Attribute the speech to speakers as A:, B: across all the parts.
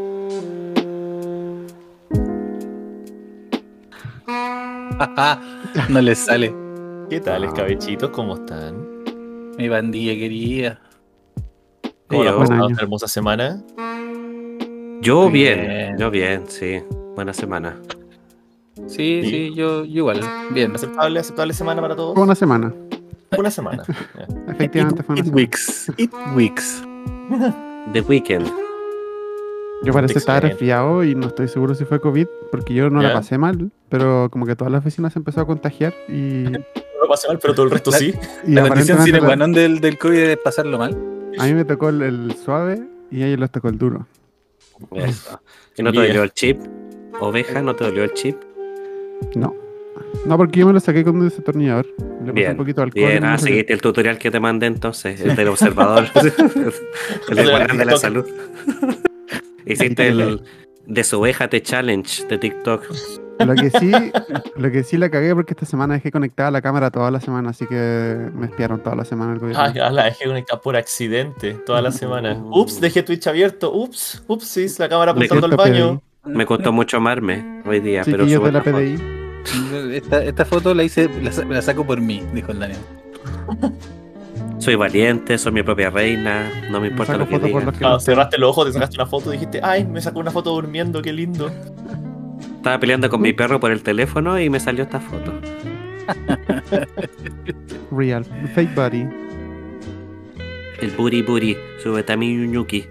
A: no les sale.
B: ¿Qué tal, escabechitos? ¿Cómo están?
A: Mi bandilla querida.
B: ¿Cómo la
C: Yo-
B: pasaron
C: Año.
B: esta hermosa semana?
C: Yo bien,
A: Bien.
C: yo bien, sí. Buena semana.
A: Sí,
B: Sí.
A: sí, yo, yo igual. Bien.
B: ¿Aceptable, aceptable semana para todos?
C: Fue una semana.
B: Una semana. Ya.
A: It,
C: Efectivamente
A: it weeks. It weeks.
C: The Weekend.
B: Yo
C: Yo
B: parece Excelente.
C: parece estar
B: estar
C: resfriado y no estoy seguro si fue COVID, porque yo no
B: la
C: la
B: ¿Ya?
C: pasé mal, pero como que todas las vecinas se empezó a contagiar y,
B: No lo pasé mal, pero todo el resto sí.
A: La condición sine qua non del, del COVID es pasarlo mal.
C: non. a A mí me tocó el, suave y a ellos les tocó el duro.
B: ¿Y
C: ¿Y
B: no
C: no
B: te Mm. Bien.
C: te
B: dolió
C: dolió el chip? ¿Oveja no te dolió el chip?
D: No. No, porque yo me lo saqué con un desatornillador. Le puse
C: Bien,
D: un poquito de alcohol. y
C: Bien,
D: me
C: ah,
D: lo saqué.
C: seguiste el tutorial que te mandé entonces, el del observador, el del guardián de la salud. Hiciste el Desobéjate Challenge de TikTok.
D: Lo que sí, lo que sí la cagué porque esta semana dejé conectada la cámara toda la semana, así que me espiaron toda la semana el gobierno.
B: Ah, la dejé conectada por accidente toda la semana. Ups, dejé Twitch abierto. Ups, upsis, la cámara
C: Me
B: apuntando al
D: siento
B: baño.
C: Me costó mucho amarme hoy día, pero
D: Chiquillos de
C: súper
D: la
C: mejor.
D: PDI.
A: Esta, esta foto la hice, la, sa- la saco por mí, dijo el Daniel.
C: Soy valiente, soy mi propia reina, no me
D: Me
C: importa
D: saco
C: lo que
D: fotos por
C: digan.
D: los que
B: Cuando Ah,
D: no
B: cerraste los ojos, te sacaste una foto y dijiste, ay, me sacó una foto durmiendo, qué lindo.
C: Estaba peleando con mi perro por el teléfono y me salió esta foto.
D: real. Fake body.
C: El buri buri, súbete a mi ñuñuki.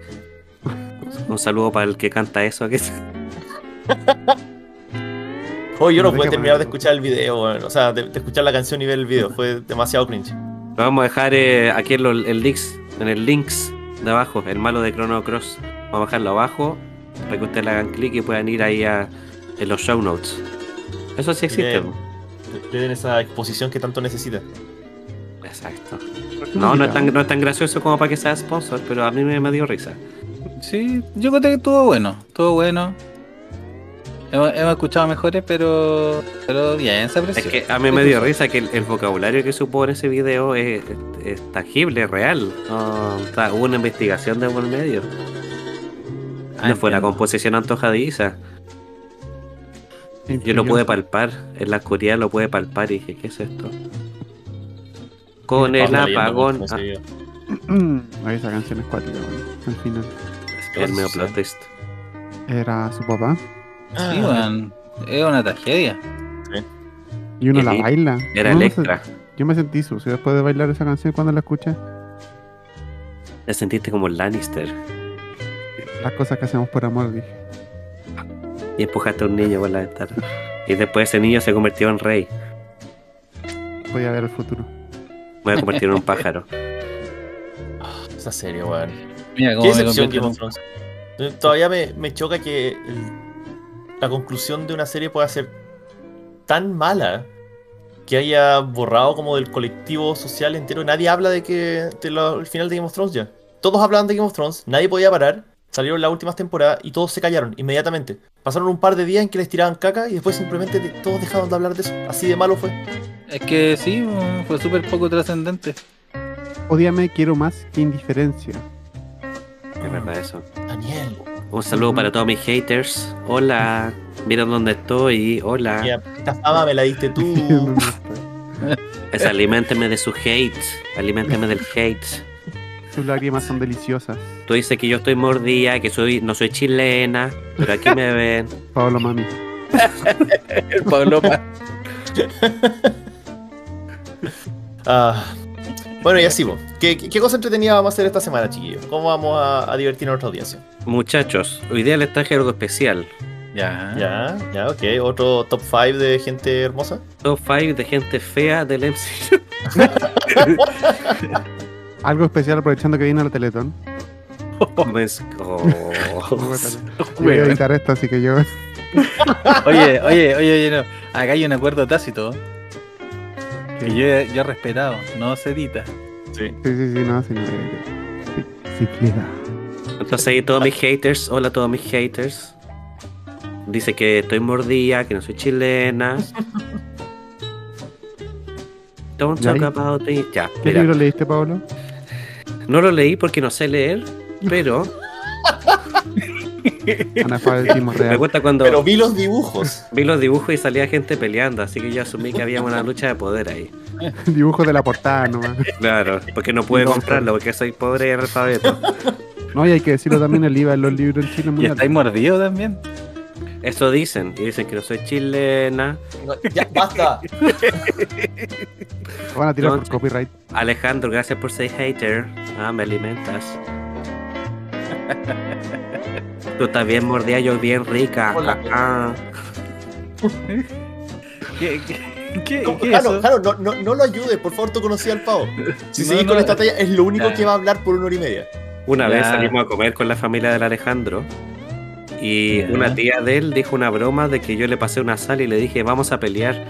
C: Un saludo para el que canta eso. Que es-
B: Hoy yo no
D: Deja
B: pude terminar de
D: ponerlo.
B: escuchar el video, weón. o sea, de, de escuchar la canción y ver el video. Fue demasiado cringe.
C: Lo vamos a dejar eh, aquí en, los- el links, en el links de abajo, el malo de Chrono Cross. Vamos a dejarlo abajo para que ustedes le hagan clic y puedan ir ahí a, en los show notes. Eso sí existe.
B: Bien.
C: po.
B: Le den esa exposición que tanto necesita.
C: Exacto. No, no es, tan, no es tan gracioso como para que sea sponsor, pero a mí me, me dio risa.
A: Sí, yo conté que estuvo bueno, estuvo bueno. Hemos, hemos escuchado mejores, pero, pero bien, se
C: Es
A: apreció.
C: que a mí
A: Se
C: me dio
A: apreció.
C: risa que el, el vocabulario que supo en ese video es, es- es tangible, es real. No, está- hubo una investigación de por medio.
A: Ah,
C: no fue una
A: entiendo.
C: composición antojadiza. Yo lo pude palpar. En la oscuridad lo pude palpar y dije, ¿qué es esto? Con el
B: Estaba leyendo
C: apagón.
B: mucho
C: Ah,
B: ese video.
D: Ay, esa canción es cuática, weón. Al final.
C: Ah, el medio plot twist.
D: Era su papá.
A: Sí, weón, es una tragedia.
D: Y uno la
C: Eli-
D: baila.
C: Era
D: No, no sé,
C: Electra.
D: yo me sentí sucio después de bailar esa canción cuando la escuché.
C: Te sentiste como Lannister.
D: Las cosas que hacemos por amor, dije.
C: Y empujaste a un niño por la ventana. Y después ese niño se convirtió en rey.
D: Podía ver el futuro.
C: Me voy a convertir en un pájaro.
B: Esa serie, Ah, weón.
A: Mira
B: Qué
A: cómo me convierto
B: decepción
A: en
B: Game
A: un-
B: of Thrones. Eh, Todavía me, me choca que el- la conclusión de una serie pueda ser tan mala que haya borrado como del colectivo social entero. Nadie habla de que de lo- el final de Game of Thrones ya. Todos hablaban de Game of Thrones, nadie podía parar. Salieron las últimas temporadas y todos se callaron inmediatamente. Pasaron un par de días en que les tiraban caca y después simplemente de- todos dejaron de hablar de eso. Así de malo fue.
A: Es que sí, weón, fue súper poco trascendente.
D: Odiame, quiero más que indiferencia.
C: Es verdad eso.
B: Daniel.
C: Un saludo para todos mis haters. Hola. Miren dónde estoy. Hola.
B: mira, esta fama me la diste tú.
D: No, no, no.
C: Es aliménteme de su hate. Aliménteme del hate.
D: Sus lágrimas son deliciosas.
C: Tú dices que yo estoy mordida, que soy, no soy chilena, pero aquí me ven.
D: Pablo Mami.
A: El Pablo Pa-
B: Ah, bueno, y así, po. ¿Qué, qué- qué cosa entretenida vamos a hacer esta semana, chiquillos? ¿Cómo vamos a, a divertir a nuestra audiencia?
C: Muchachos, hoy día les traje algo especial.
A: Ya.
B: Ya, ya, ok. Otro top 5 de gente hermosa.
C: Top 5 de gente fea del MCU.
D: Algo especial aprovechando que viene el Teletón.
C: Comenz- Oh.
D: Voy a editar esto, así que yo.
A: Oye, oye, oye, oye, no. Acá hay un acuerdo tácito. Que yo, he- yo he respetado, no se edita.
B: Sí.
D: Sí, sí, sí, no, sí, no. Sí, sí queda.
C: Entonces ahí todos mis haters, hola a todos mis haters. Dice que estoy mordida, que no soy chilena. Don't talk
D: ¿Ya?
C: about it. Ya,
D: ¿Qué
C: mira.
D: libro leíste, Pablo?
C: No lo leí porque no sé leer, pero
D: Analfabetismo
C: Me
D: real.
C: cuenta cuando
B: Pero vi los dibujos.
C: vi los dibujos y salía gente peleando, así que yo asumí que había una lucha de poder ahí.
D: Dibujos de la portada nomás.
C: Claro, porque no pude
D: No,
C: comprarlo, porque soy pobre y alfabeto.
D: No, y hay que decirlo también, el IVA en los libros en Chile es
A: Y
D: muy alto.
A: estáis mordido también.
C: Eso dicen, y dicen que no soy chilena.
B: No, ya, basta.
D: Lo Van a tirar por
C: No,
D: copyright.
C: Alejandro, gracias por ser hater. Ah, me alimentas. Tú estás bien mordida, yo bien rica.
B: Hola.
C: Ah, ah.
A: ¿Qué, qué, qué-
B: ¿Cómo?
A: qué es
B: Jano,
A: eso?
B: Jano, no, no, no lo ayudes, por favor, tú conocí al pavo. Si
A: No,
B: seguís
A: no,
B: con esta talla, es lo único
A: ya.
B: que va a hablar por una hora y media.
C: Una
A: Ya.
C: vez salimos a comer con la familia del Alejandro y
A: Ya.
C: una tía de él dijo una broma de que yo le pasé una sal y le dije, vamos a pelear.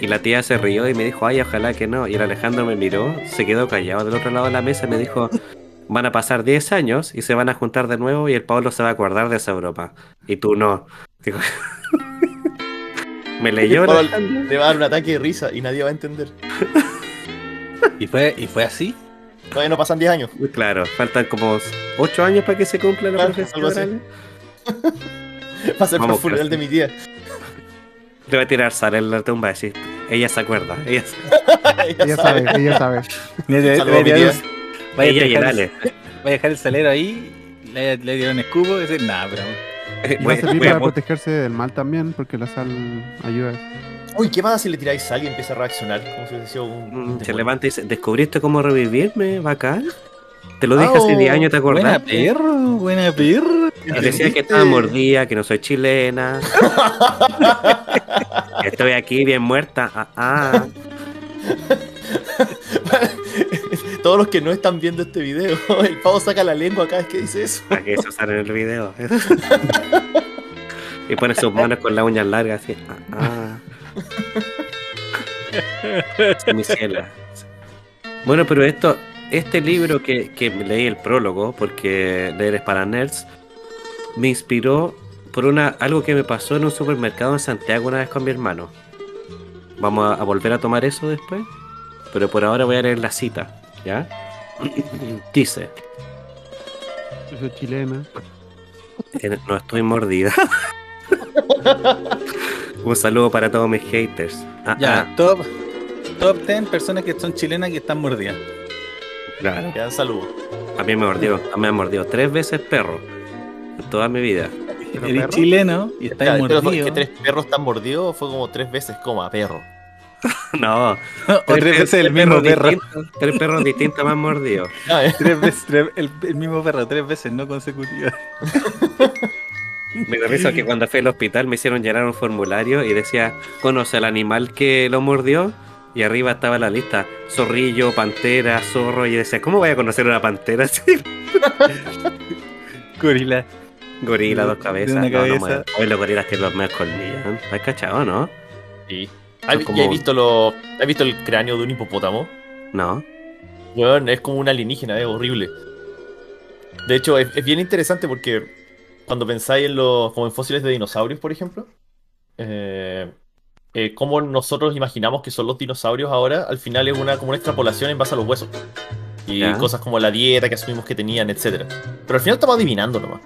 C: Y la tía se rió y me dijo, ay, ojalá que no. Y el Alejandro me miró, se quedó callado del otro lado de la mesa y me dijo, van a pasar 10 años y se van a juntar de nuevo y el Pablo se va a acordar de esa broma. Y tú no. Digo, me leyó.
B: Pablo,
C: ¿no?
B: Le va a dar un ataque de risa y nadie va a entender.
A: ¿Y fue, y fue así.
B: Todavía no pasan 10 años.
C: Claro, faltan como 8 años para que se cumpla la
B: Claro, algo
C: profesión.
B: así.
C: Ale.
B: Va a ser para el
C: Vamos,
B: funeral de mi tía.
C: Le va a tirar sal en la tumba y decir, ella se acuerda. Ella se
B: Ella
D: Ella
B: sabe.
D: sabe, ella sabe.
A: Mira,
B: Saludos a mi
A: mira,
B: tía.
A: es- Vaya
C: Ella
A: a
C: y
A: dejar,
C: el
A: el-
C: Ale.
A: vaya a dejar el salero ahí, le, le dieron escupo y decir, nah, pero.
D: Y va
C: Eh, Voy-
D: a servir
C: voy a
D: para
C: pon-
D: protegerse del mal también, porque la sal ayuda.
B: Uy, ¿qué pasa si le tiráis sal y empieza a reaccionar? Como si hubiese sido un. un
C: Mm, Se
B: demonio.
C: levanta y dice, ¿descubriste cómo revivirme, bacán? Te lo dije
B: Ah,
C: hace 10
B: oh,
C: años, ¿te
A: Buena
C: acordás?
A: perro, buena perro.
C: Decía que estaba mordida, que no soy chilena. Estoy aquí bien muerta. Ah, ah.
B: Todos los que no están viendo este video, el pavo saca la lengua cada vez que dice eso.
C: Para que eso sale en el video. y pone sus manos con las uñas largas así. Ah, ah. Mi cielo. Bueno, pero esto, este libro que, que leí el prólogo, porque leer es para nerds, me inspiró por una, algo que me pasó en un supermercado en Santiago una vez con mi hermano. Vamos a, a volver a tomar eso después, pero por ahora voy a leer la cita, ¿ya? Dice,
D: Yo soy chilena.
C: Eh, No estoy mordida. Un saludo para todos mis haters. Ah,
A: Ya,
C: ah,
A: top, top 10 personas que son chilenas que están mordidas.
C: claro.
B: Ya, saludo.
C: A mí me mordió, a mí me han mordido tres veces perro en toda mi vida.
D: ¿Pero
A: Eres
D: perro?
A: chileno y
B: Ya,
A: estás
B: pero fue que
A: mordido.
B: tres perros tan mordidos fue como tres veces coma, perro.
C: No,
A: O tres veces el mismo
C: perros
A: perro.
C: distintos- tres perros distintos me han mordido.
B: Ah, eh.
A: Tres veces, tres- el, el mismo perro, tres veces, no consecutivas.
C: Me da risa que cuando fui al hospital me hicieron llenar un formulario y decía, conoce al animal que lo mordió. Y arriba estaba la lista, zorrillo, pantera, zorro. Y decía, ¿cómo voy a conocer una pantera? Sí,
A: Gorila.
C: Gorila,
A: De-
C: dos
A: de
C: cabezas.
A: una
C: No, no,
A: cabeza.
C: mueve. Hoy los gorilas tienen los más colmillos. ¿eh? ¿Has cachado, no?
B: Sí. ¿Has
C: Son como-
B: ya he visto, lo, ¿has visto el cráneo de un hipopótamo?
C: No.
B: Weón, es como un alienígena, es horrible. De hecho, es, es bien interesante porque cuando pensáis en los como en fósiles de dinosaurios, por ejemplo, eh, eh, como nosotros imaginamos que son los dinosaurios ahora, al final es una, como una extrapolación en base a los huesos. Y
C: Ya.
B: cosas como la dieta que asumimos que tenían, etc. Pero al final estamos adivinando nomás.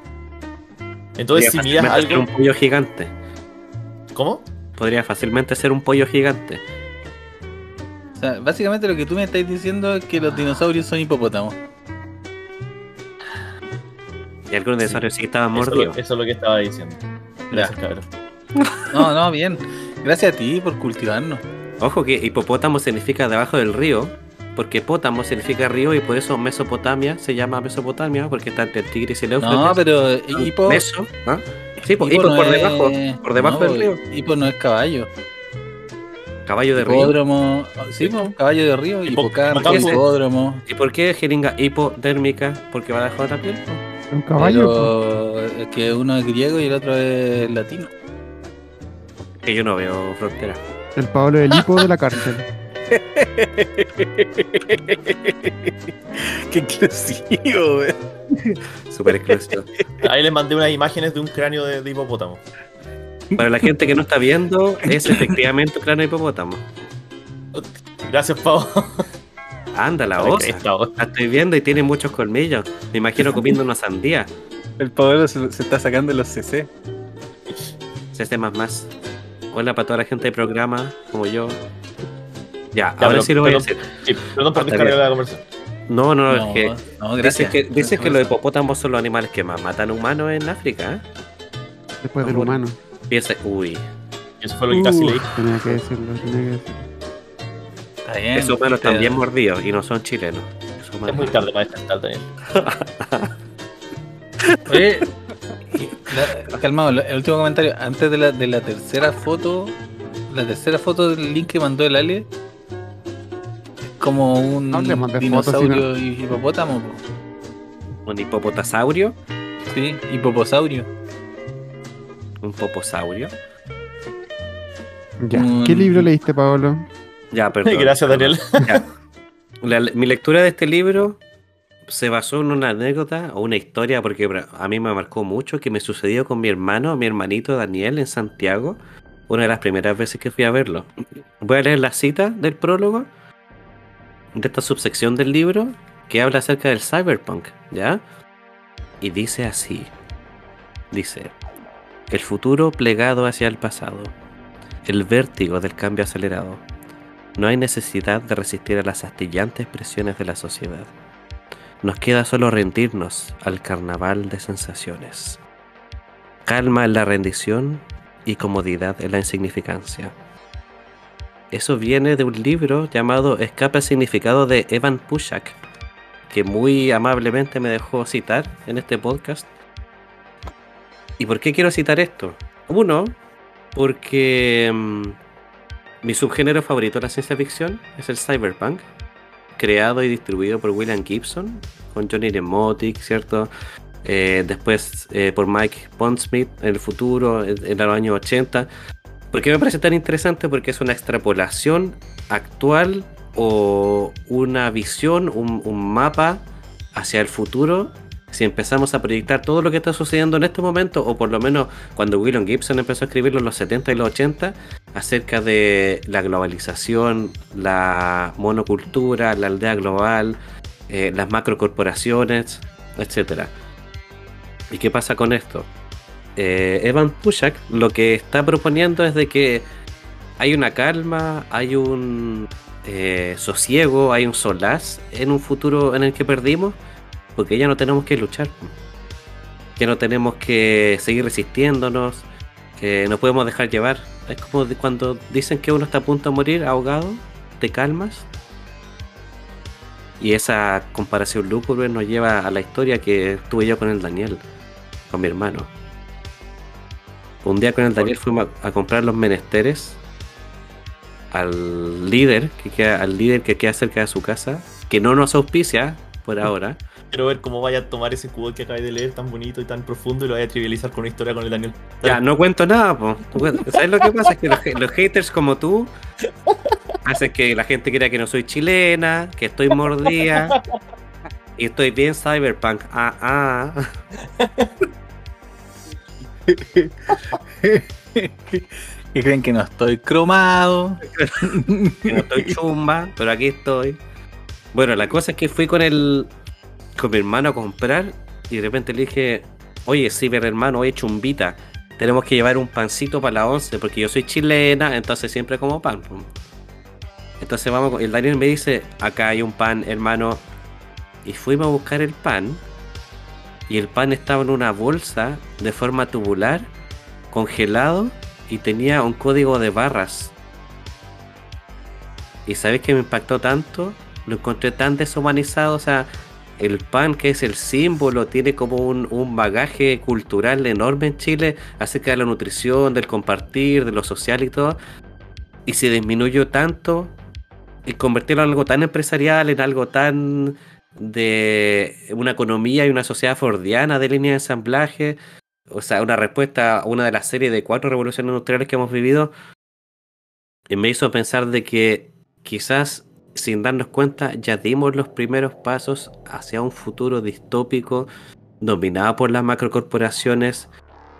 B: Entonces, si
C: Podría
B: miras
C: fácilmente ser
B: algo...
C: un pollo gigante.
B: ¿Cómo?
C: Podría fácilmente ser un pollo gigante.
A: O sea, básicamente lo que tú me estás diciendo es que los dinosaurios son hipopótamos.
C: Y algunos de
B: Sí.
C: esos sí estaban
B: Eso, es lo-
C: mordidos.
B: eso es lo que estaba diciendo. Gracias, cabrón.
A: No, no, bien. Gracias a ti por cultivarnos.
C: Ojo que hipopótamo significa debajo del río. Porque pótamo significa río y por eso Mesopotamia se llama Mesopotamia porque está entre el Tigris y el Éufrates.
A: No, pero hipo.
C: Meso, ¿ah? Sí, po- hipo,
A: no
C: por
A: es-
C: debajo. por debajo
A: no,
C: del río.
A: Hipo no es caballo.
C: Caballo de río.
A: Hipódromo. Sí, po, caballo de río,
B: Hipo-
A: hipocampo,
B: hipocampo.
A: hipódromo.
C: ¿Y por qué jeringa hipodérmica? Porque va debajo de la piel. po.
D: Es Un caballo.
A: Pero es que uno es griego y el otro es latino.
C: Que yo no veo frontera.
D: El Pablo del hipo de la cárcel.
A: Qué exclusivo, güey.
C: Súper exclusivo.
B: Ahí les mandé unas imágenes de un cráneo de, de hipopótamo.
C: Para la gente que no está viendo, es efectivamente un cráneo de hipopótamo.
B: Gracias, Pavo.
C: Anda la
B: Dale
C: osa.
B: cresta, vos.
C: La estoy viendo y tiene muchos colmillos. Me imagino comiendo una sandía.
A: El Pablo se, se está sacando los CC.
C: CC más más. Hola para toda la gente de programa, como yo. Ya,
B: Ya,
C: ahora
B: pero-
C: sí lo voy a
B: pero-
C: decir.
B: Sí, perdón por
C: Hasta
B: descargar la conversación.
C: No, no, es que.
A: no,
C: Dices que, dices que los hipopótamos son los animales que más matan humanos en África. ¿eh?
D: Después del
C: Amor.
D: humano.
C: Piensa, uy,
B: Y eso fue lo que casi
C: Uh.
B: leí.
D: Tenía que decirlo, tenía que decirlo.
A: Está bien.
C: esos humanos
A: usted-
C: están bien mordidos y no son chilenos. Esos
B: Es
C: humanos-
B: muy tarde para descartar, Daniel.
A: Oye, la- calmado, lo- el último comentario. Antes de la, de la tercera foto, la tercera foto del link que mandó el Ale, es como un
D: No hablemos de fotos,
A: dinosaurio y hipopótamo. po.
C: Un hipopotasaurio,
A: Sí, hipoposaurio.
C: un poposaurio.
D: Ya.
A: Mm.
D: ¿Qué libro leíste, Pablo?
C: Ya, perdón.
B: Gracias, Daniel.
C: La- mi lectura de este libro se basó en una anécdota o una historia, porque pra- a mí me marcó mucho, que me sucedió con mi hermano, mi hermanito Daniel en Santiago, una de las primeras veces que fui a verlo. Voy a leer la cita del prólogo de esta subsección del libro que habla acerca del cyberpunk, ¿ya? Y dice así, dice, el futuro plegado hacia el pasado, el vértigo del cambio acelerado. No hay necesidad de resistir a las astillantes presiones de la sociedad. Nos queda solo rendirnos al carnaval de sensaciones. Calma en la rendición y comodidad en la insignificancia. Eso viene de un libro llamado Escape al significado de Evan Pushak, que muy amablemente me dejó citar en este podcast. ¿Y por qué quiero citar esto? Uno, porque mm, mi subgénero favorito de la ciencia ficción es el cyberpunk, creado y distribuido por William Gibson, con Johnny Demotic, ¿cierto? Eh, después eh, por Mike Pondsmith en el futuro, en, en los años 80. ¿Por qué me parece tan interesante? Porque es una extrapolación actual o una visión, un, un mapa hacia el futuro. Si empezamos a proyectar todo lo que está sucediendo en este momento, o por lo menos cuando William Gibson empezó a escribirlo en los 70 y los 80, acerca de la globalización, la monocultura, la aldea global, eh, las macrocorporaciones, etcétera. ¿Y qué pasa con esto? Eh, Evan Pushak lo que está proponiendo es de que hay una calma, hay un eh, sosiego, hay un solaz en un futuro en el que perdimos, porque ya no tenemos que luchar, ya no tenemos que seguir resistiéndonos, que no podemos dejar llevar. Es como de- cuando dicen que uno está a punto de morir ahogado, te calmas. Y esa comparación lúgubre nos lleva a la historia que tuve yo con el Daniel, con mi hermano. Un día con el Daniel fuimos a, a comprar los menesteres al líder que queda, al líder que queda cerca de su casa, que no nos auspicia por ahora.
B: Quiero ver cómo vaya a tomar ese cubo que acabé de leer tan bonito y tan profundo y lo vaya a trivializar con una historia con el Daniel.
C: Ya, no cuento nada, po. No cuento- ¿Sabes lo que pasa? Es que los, los haters como tú hacen que la gente crea que no soy chilena, que estoy mordida y estoy bien cyberpunk. Ah, ah.
A: que creen que no estoy cromado.
C: que no estoy chumba, pero aquí estoy. Bueno, la cosa es que fui con el con mi hermano a comprar y de repente le dije, oye, ciber hermano, oye chumbita, tenemos que llevar un pancito para la once porque yo soy chilena, entonces siempre como pan. pum". Entonces vamos, con- el Daniel me dice, acá hay un pan, hermano, y fuimos a buscar el pan y el pan estaba en una bolsa de forma tubular, congelado y tenía un código de barras y sabes que me impactó tanto, lo encontré tan deshumanizado, o sea, el pan que es el símbolo, tiene como un, un bagaje cultural enorme en Chile acerca de la nutrición, del compartir, de lo social y todo, y se disminuyó tanto y convertirlo en algo tan empresarial, en algo tan de una economía y una sociedad fordiana de línea de ensamblaje, o sea, una respuesta a una de las series de cuatro revoluciones industriales que hemos vivido, y me hizo pensar de que quizás sin darnos cuenta ya dimos los primeros pasos hacia un futuro distópico dominado por las macrocorporaciones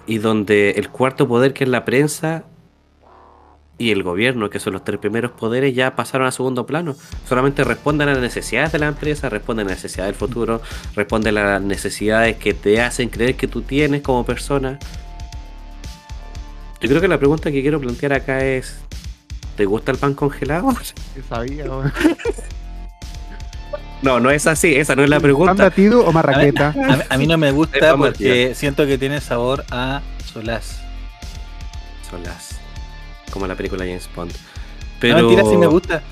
C: y donde el cuarto poder que es la prensa y el gobierno, que son los tres primeros poderes, ya pasaron a segundo plano. Solamente responden a las necesidades de la empresa, responden a las necesidades del futuro, responden a las necesidades que te hacen creer que tú tienes como persona. Yo creo que la pregunta que quiero plantear acá es, ¿te gusta el pan congelado?
D: Que sabía, weón.
C: No, no es así, esa no es la
D: ¿Pan
C: pregunta.
D: batido o
A: A mí,
D: marraqueta?
A: a- a mí no me
C: Es
A: gusta
C: para
A: porque
C: Matías.
A: siento que tiene sabor a solaz.
C: Son las... Como la película James Bond.
A: No,
C: Pero...
A: mentira, sí me gusta.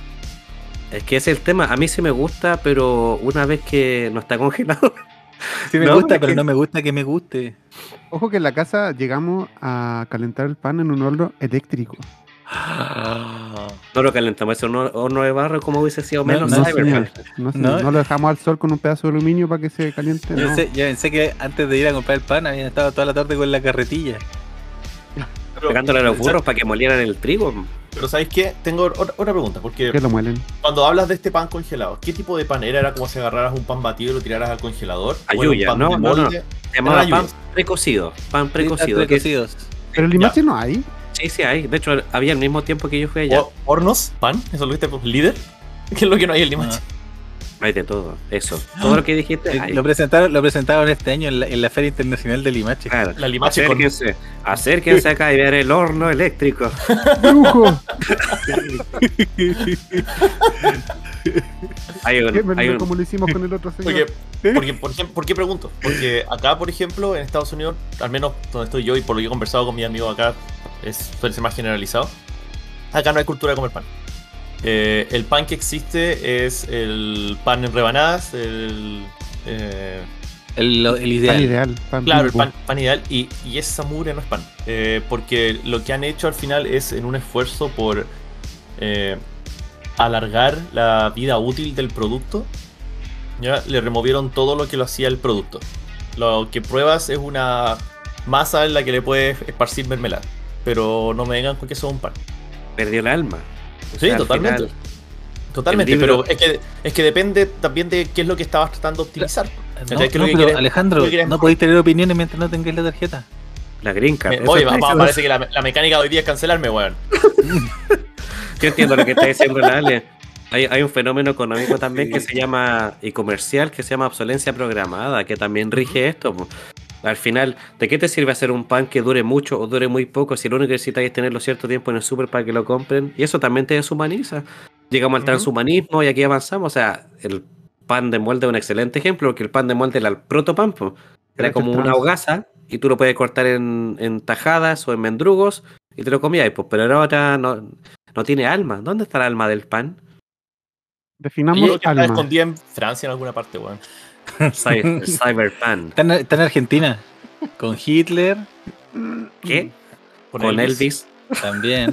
C: Es que ese es el tema, a mí sí me gusta, pero una vez que no está congelado.
A: Sí me
C: No,
A: gusta,
C: es
A: pero
C: que-
A: no me gusta que me guste.
D: Ojo que en la casa llegamos a calentar el pan en un horno eléctrico.
C: No lo calentamos, ese horno, horno de barro como hubiese sido menos
A: No,
D: No,
C: Cyberpunk.
D: señor. No,
A: No.
D: señor. No lo dejamos al sol con un pedazo de aluminio para que se caliente.
A: Yo,
D: no.
A: sé- yo pensé que antes de ir a comprar el pan habían estado toda la tarde con la carretilla.
C: Pegándole a los burros para que molieran el trigo.
B: Pero ¿sabéis qué? Tengo otra, otra pregunta, porque
D: Que lo muelen.
B: cuando hablas de este pan congelado, ¿qué tipo de pan era? ¿Era como si agarraras un pan batido y lo tiraras al congelador? ¿O era un
C: Ayuya,
B: pan
C: Ah, no,
B: de
C: no, no.
B: molde?
C: Se llamaba
B: Rayos.
C: pan precocido. Pan precocido.
A: Sí,
C: que-
A: precocidos.
D: Pero el Limache no hay.
C: sí, sí, hay. De hecho, había al mismo tiempo que yo fui allá.
B: ¿O- ¿Hornos? ¿Pan? ¿Eso es lo que te líder? ¿Qué es lo que no hay en Limache?
C: Ah. Hay de todo, eso. Todo lo que dijiste.
A: Eh,
C: hay.
A: Lo presentaron, lo presentaron este año en la, en la Feria Internacional del Limache.
C: Claro.
B: La Limache con...
C: Acérquense, acérquense acá y ver el horno eléctrico.
D: ¡Brujo!
C: Hay
D: Qué
C: un, hay
D: menudo
C: un-
D: como lo hicimos con el otro señor.
B: Porque, porque, por, ejemplo, ¿Por qué pregunto? Porque acá, por ejemplo, en Estados Unidos, al menos donde estoy yo y por lo que he conversado con mis amigos acá, es, suele ser más generalizado. Acá no hay cultura de comer pan. Eh, el pan que existe es el pan en rebanadas, el. eh,
A: El, el
D: Pan
A: ideal.
D: ideal. Pan
B: Claro, el
D: bimbo.
B: pan, pan ideal. Y, y esa mugre no es pan. Eh, porque lo que han hecho al final es en un esfuerzo por eh, alargar la vida útil del producto. Ya le removieron todo lo que lo hacía el producto. Lo que pruebas es una masa en la que le puedes esparcir mermelada. Pero no me vengan con que eso es un pan.
C: perdió el alma. O
B: Sí,
C: sea, al
B: totalmente.
C: final,
B: Totalmente,
C: el libro-
B: pero es que, es que depende también de qué es lo que estabas tratando de optimizar.
A: No,
B: Creo que
A: no,
B: lo que
A: pero
B: quieren-
A: Alejandro,
B: lo que quieren-
A: no podéis tener opiniones mientras no tengáis la tarjeta.
C: la gringa.
B: Me-
C: eso
B: oye,
C: está
B: papá,
C: diciendo-
B: parece que la, la mecánica de hoy día es cancelarme, weón.
C: Yo entiendo lo que está diciendo la Ale. Hay, hay un fenómeno económico también que se llama, y comercial, que se llama obsolencia programada, que también rige esto. po. Al final, ¿de qué te sirve hacer un pan que dure mucho o dure muy poco si lo único que necesitas es tenerlo cierto tiempo en el súper para que lo compren? Y eso también te deshumaniza. Llegamos al
B: Ujú.
C: transhumanismo y aquí avanzamos. O sea, el pan de molde es un excelente ejemplo, porque el pan de molde era el protopan, po. era
D: Pero
C: como
D: este
C: una
D: trans-
C: hogaza y tú lo puedes cortar en, en tajadas o en mendrugos y te lo comías. po. Pero ahora no, no tiene alma. ¿Dónde está el alma del pan?
D: Definamos
B: Creo que está
D: alma.
B: escondida en Francia en alguna parte, weón.
C: Cy- el Cyberpan.
A: Está en, está en Argentina. Con Hitler
C: ¿Qué?
B: Por
C: Con
B: Elvis.
C: Elvis.
A: también.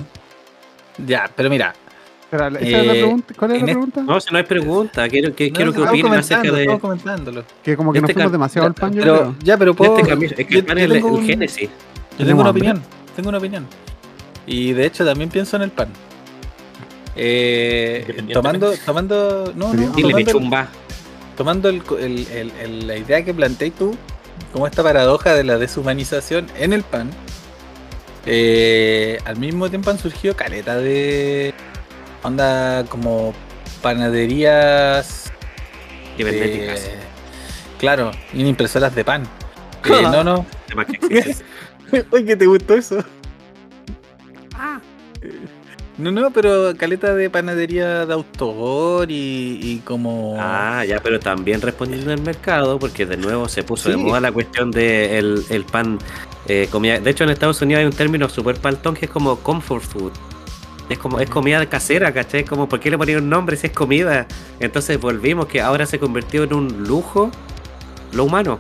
A: ya, pero mira,
D: Espera, ¿esa es la
A: Eh,
D: pregunta? ¿Cuál es
A: en
D: la
A: este-
D: pregunta?
C: No, si no hay pregunta. Quiero que, quiero que
A: estamos
C: opinen acerca
A: comentando,
C: de,
A: estamos comentándolo.
D: que como que
C: este
D: nos fuimos
C: cam-
D: demasiado al pan, yo
A: Pero-
D: creo.
A: ya, pero
C: de
A: puedo.
C: este camino. Es que
A: yo-
C: el pan
A: yo
C: es el,
A: tengo
C: el
A: un- Ah,
C: génesis.
A: Yo tengo una
D: ¿Tenemos hambre?
A: opinión, tengo una opinión. Y de hecho también pienso en el pan. Eh,
B: Independientemente.
A: tomando, tomando, no, no,
D: Sería-
C: Dile,
A: tomando, el-
C: pichumba.
A: tomando el, el- el- el- la idea que planteé tú, como esta paradoja de la deshumanización en el pan, eh, al mismo tiempo han surgido caleta de onda como panaderías
C: Cibernéticas.
A: eh, claro, y impresoras de pan. Eh, no, no.
C: Temas que existen.
A: Oye, que te gustó eso. No, no, pero caleta de panadería de autor y, y como.
C: Ah, ya, pero también respondiendo el mercado, porque de nuevo se puso de
A: Sí.
C: moda la cuestión de el, el pan eh, comida. De hecho, en Estados Unidos hay un término súper paltón que es como comfort food. Es como
A: Mm.
C: es comida casera, ¿cachai? Como, ¿por qué le ponían un nombre si es comida? Entonces volvimos que ahora se convirtió en un lujo lo humano.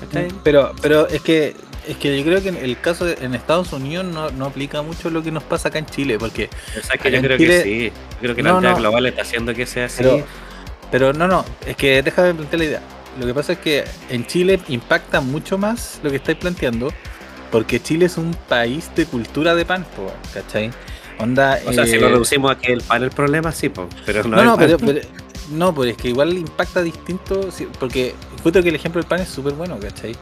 C: ¿Cachai?
A: Pero, pero es que es que yo creo que en el caso de- en Estados Unidos no, no aplica mucho lo que nos pasa acá en Chile, porque.
C: O sea,
A: Acá
C: que yo
A: en
C: creo
A: Chile-
C: que sí. Yo creo que la
A: No,
C: aldea
A: no.
C: global está haciendo que sea así.
A: Pero, pero no, no, es que déjame plantear la idea. Lo que pasa es que en Chile impacta mucho más lo que estáis planteando, porque Chile es un país de cultura de pan, po, ¿cachai? Onda.
C: o sea, si
A: eh,
C: lo reducimos a que el pan es el problema, sí, po, pero no,
A: No,
C: el
A: no,
C: pan.
A: pero, pero- no, pero es que igual impacta distinto, sí, porque justo que el ejemplo del pan es súper bueno, ¿cachai?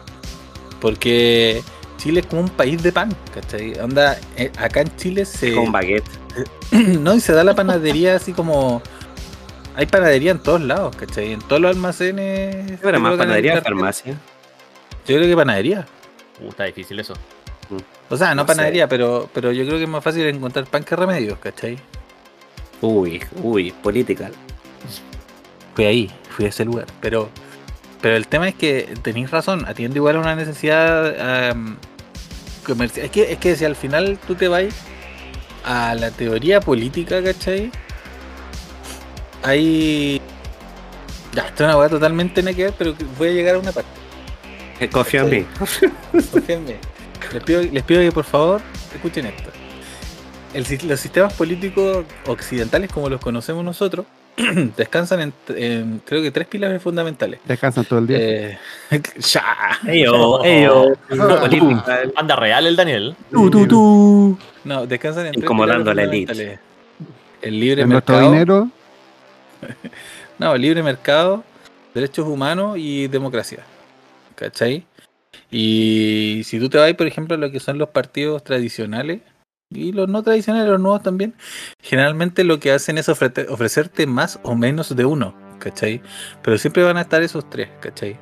A: Porque Chile es como un país de pan, ¿cachai? Onda, eh, acá en Chile se.
C: Con baguette.
A: No, y se da la panadería así como. Hay panadería en todos lados, ¿cachai? En todos los almacenes.
C: ¿Qué habrá
A: te
C: más
A: colocan el
C: panadería o
A: cartel.
C: farmacia?
A: Yo creo que panadería.
B: Uh, está difícil eso.
A: O sea, no,
C: No sé.
A: panadería, pero, pero yo creo que es más fácil encontrar pan que remedios, ¿cachai?
C: Uy, uy, política.
A: Fui Pues ahí, fui a ese lugar. Pero, pero el tema es que tenéis razón, atiende igual a una necesidad comercial. Es que, es que si al final tú te vas a la teoría política, ¿cachai? Hay. Ya, esto es una weá totalmente nada que ver, pero que- voy a llegar a una parte.
C: Eh, Confío en
A: Sí.
C: mí.
A: Confíenme. Les pido, les pido que por favor escuchen esto. El sis- los sistemas políticos occidentales, como los conocemos nosotros, descansan en, en, creo que tres pilares fundamentales.
D: Descansan todo el día.
A: Eh, ya.
C: Ello, ello. Política.
B: Anda real el Daniel.
D: tú, tú, tú.
A: No, descansan en tres
C: Incomodando a la
A: pilares
C: elite.
A: fundamentales. El libre
D: En nuestro
A: mercado.
D: dinero.
A: No, el libre mercado, derechos humanos y democracia. ¿Cachai? Y si tú te vas, por ejemplo, a lo que son los partidos tradicionales y los no tradicionales, los nuevos también, generalmente lo que hacen es ofrete- ofrecerte más o menos de uno, ¿cachai? Pero siempre van a estar esos tres, ¿cachai?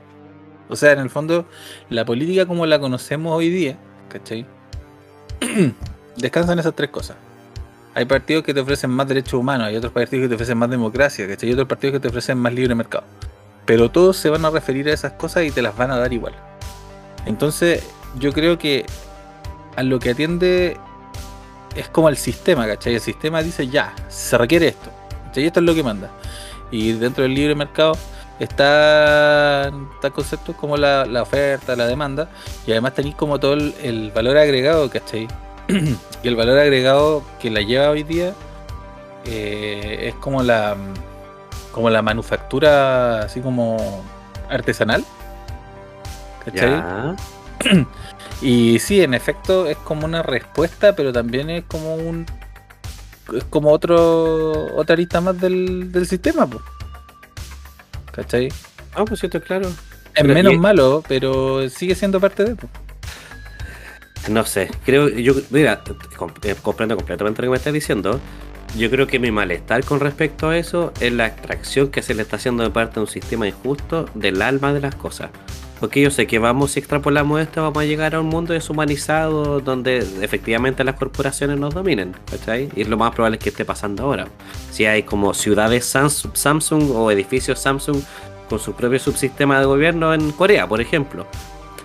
A: O sea, en el fondo, la política como la conocemos hoy día, ¿cachai? Descansan esas tres cosas. Hay partidos que te ofrecen más derechos humanos, hay otros partidos que te ofrecen más democracia, ¿cachai? Hay otros partidos que te ofrecen más libre mercado. Pero todos se van a referir a esas cosas y te las van a dar igual. Entonces, yo creo que a lo que atiende es como el sistema, ¿cachai? El sistema dice ya, se requiere esto. ¿cachai? Y esto es lo que manda. Y dentro del libre mercado están, están conceptos como la, la oferta, la demanda, y además tenéis como todo el, el valor agregado, ¿cachai? y el valor agregado que la lleva hoy día eh, es como la como la manufactura así como artesanal. ¿Cachai?
C: Ya.
A: Y sí, en efecto es como una respuesta, pero también es como un es como otro otra arista más del, del sistema, po. ¿Cachai?
C: Ah, pues esto es claro.
A: Es
C: Pero-
A: menos
C: y-
A: malo, pero sigue siendo parte de, po.
C: No sé, creo, yo, mira, com- eh, comprendo completamente lo que me estás diciendo. Yo creo que mi malestar con respecto a eso es la extracción que se le está haciendo de parte de un sistema injusto del alma de las cosas. Porque yo sé que vamos, si extrapolamos esto, vamos a llegar a un mundo deshumanizado donde efectivamente las corporaciones nos dominen, ¿cachai? Y lo más probable es que esté pasando ahora. Si hay como ciudades Sans- Samsung o edificios Samsung con su propio subsistema de gobierno en Corea, por ejemplo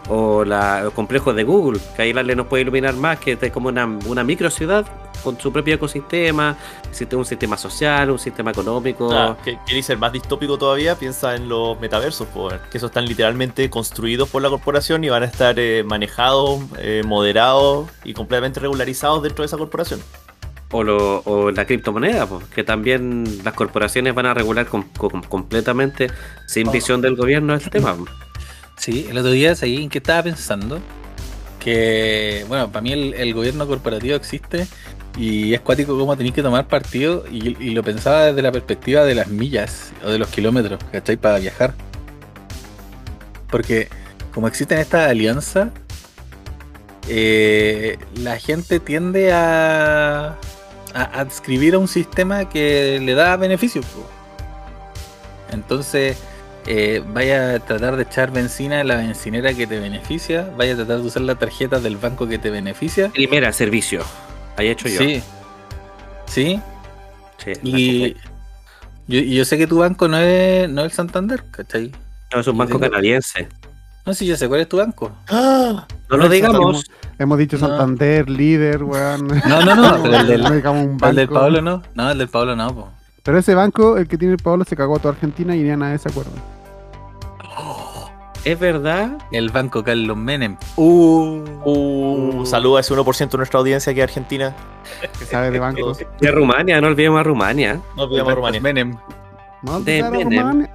C: o la, los complejos de Google, que ahí la ley nos puede iluminar más, que es como una, una micro ciudad con su propio ecosistema, existe un sistema social, un sistema económico.
B: Ah, que- ¿Queréis ser más distópico todavía? Piensa en los metaversos, po, que esos están literalmente construidos por la corporación y van a estar eh, manejados, eh, moderados y completamente regularizados dentro de esa corporación.
C: O, lo- o la criptomoneda, pues, que también las corporaciones van a regular com- com- completamente, sin
A: Ah.
C: visión del gobierno, el tema.
A: Sí, el otro día seguí en que estaba pensando que, bueno, para mí el, el gobierno corporativo existe y es cuático cómo tenéis que tomar partido y, y lo pensaba desde la perspectiva de las millas o de los kilómetros, ¿cachai? Para viajar. Porque como existen estas alianzas, eh, la gente tiende a, a adscribir a un sistema que le da beneficio. po. Entonces, eh, vaya a tratar de echar benzina en la bencinera que te beneficia, vaya a tratar de usar la tarjeta del banco que te beneficia.
C: Primera, servicio. Ahí he hecho yo.
A: Sí. Sí.
C: Sí, la
A: Y
C: confundí.
A: yo, y yo sé que tu banco no es, no es el Santander, ¿cachai?
C: No, es un
A: yo
C: banco
A: tengo-
C: canadiense.
A: No sé si yo sé cuál es tu banco.
B: ¡Ah!
C: No lo digamos.
D: Hemos dicho
A: No.
D: Santander, líder, weón.
A: No, no, no. pero el del,
D: No digamos un
A: el del
D: banco.
A: Pablo no. No, el del Pablo no, po.
D: Pero ese banco, el que tiene el Pablo, se cagó a toda Argentina y ni a nadie se acuerda.
C: Es verdad.
A: El banco Carlos Menem. Uh.
B: Uh, saluda a ese 1% de nuestra audiencia que es Argentina.
D: Que sabe de bancos.
C: De Rumania, no olvidemos a Rumania.
B: No olvidemos a Rumania.
A: Menem.
D: No,
C: De
D: claro,
C: Menem.
D: Román,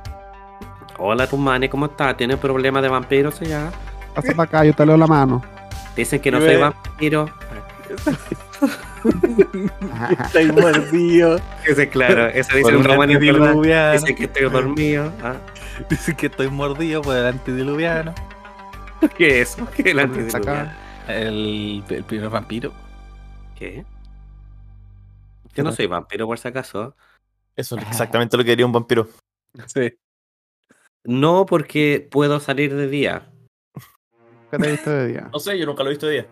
C: Hola Rumania, ¿cómo estás? ¿Tienes problemas de vampiros allá?
D: Pasa para acá, yo te leo la mano.
C: Dicen que no
A: Dime.
C: soy vampiro.
A: Estoy mordido.
C: Ese, claro, eso
A: Por
C: dice
A: un
C: un romanio, ¿verdad?
A: antidiluviano.
C: Dicen que estoy dormido. Ah,
A: Dicen que estoy mordido por el antidiluviano.
C: ¿Qué es eso? ¿Qué es el
D: Saca.
C: antidiluviano?
A: El, el primer vampiro.
C: ¿Qué? Yo no soy vampiro por si acaso.
B: Eso es exactamente lo que diría un vampiro.
A: Sí.
C: No porque puedo salir de día.
D: Nunca te he visto de día.
B: No sé, yo nunca lo he visto de día.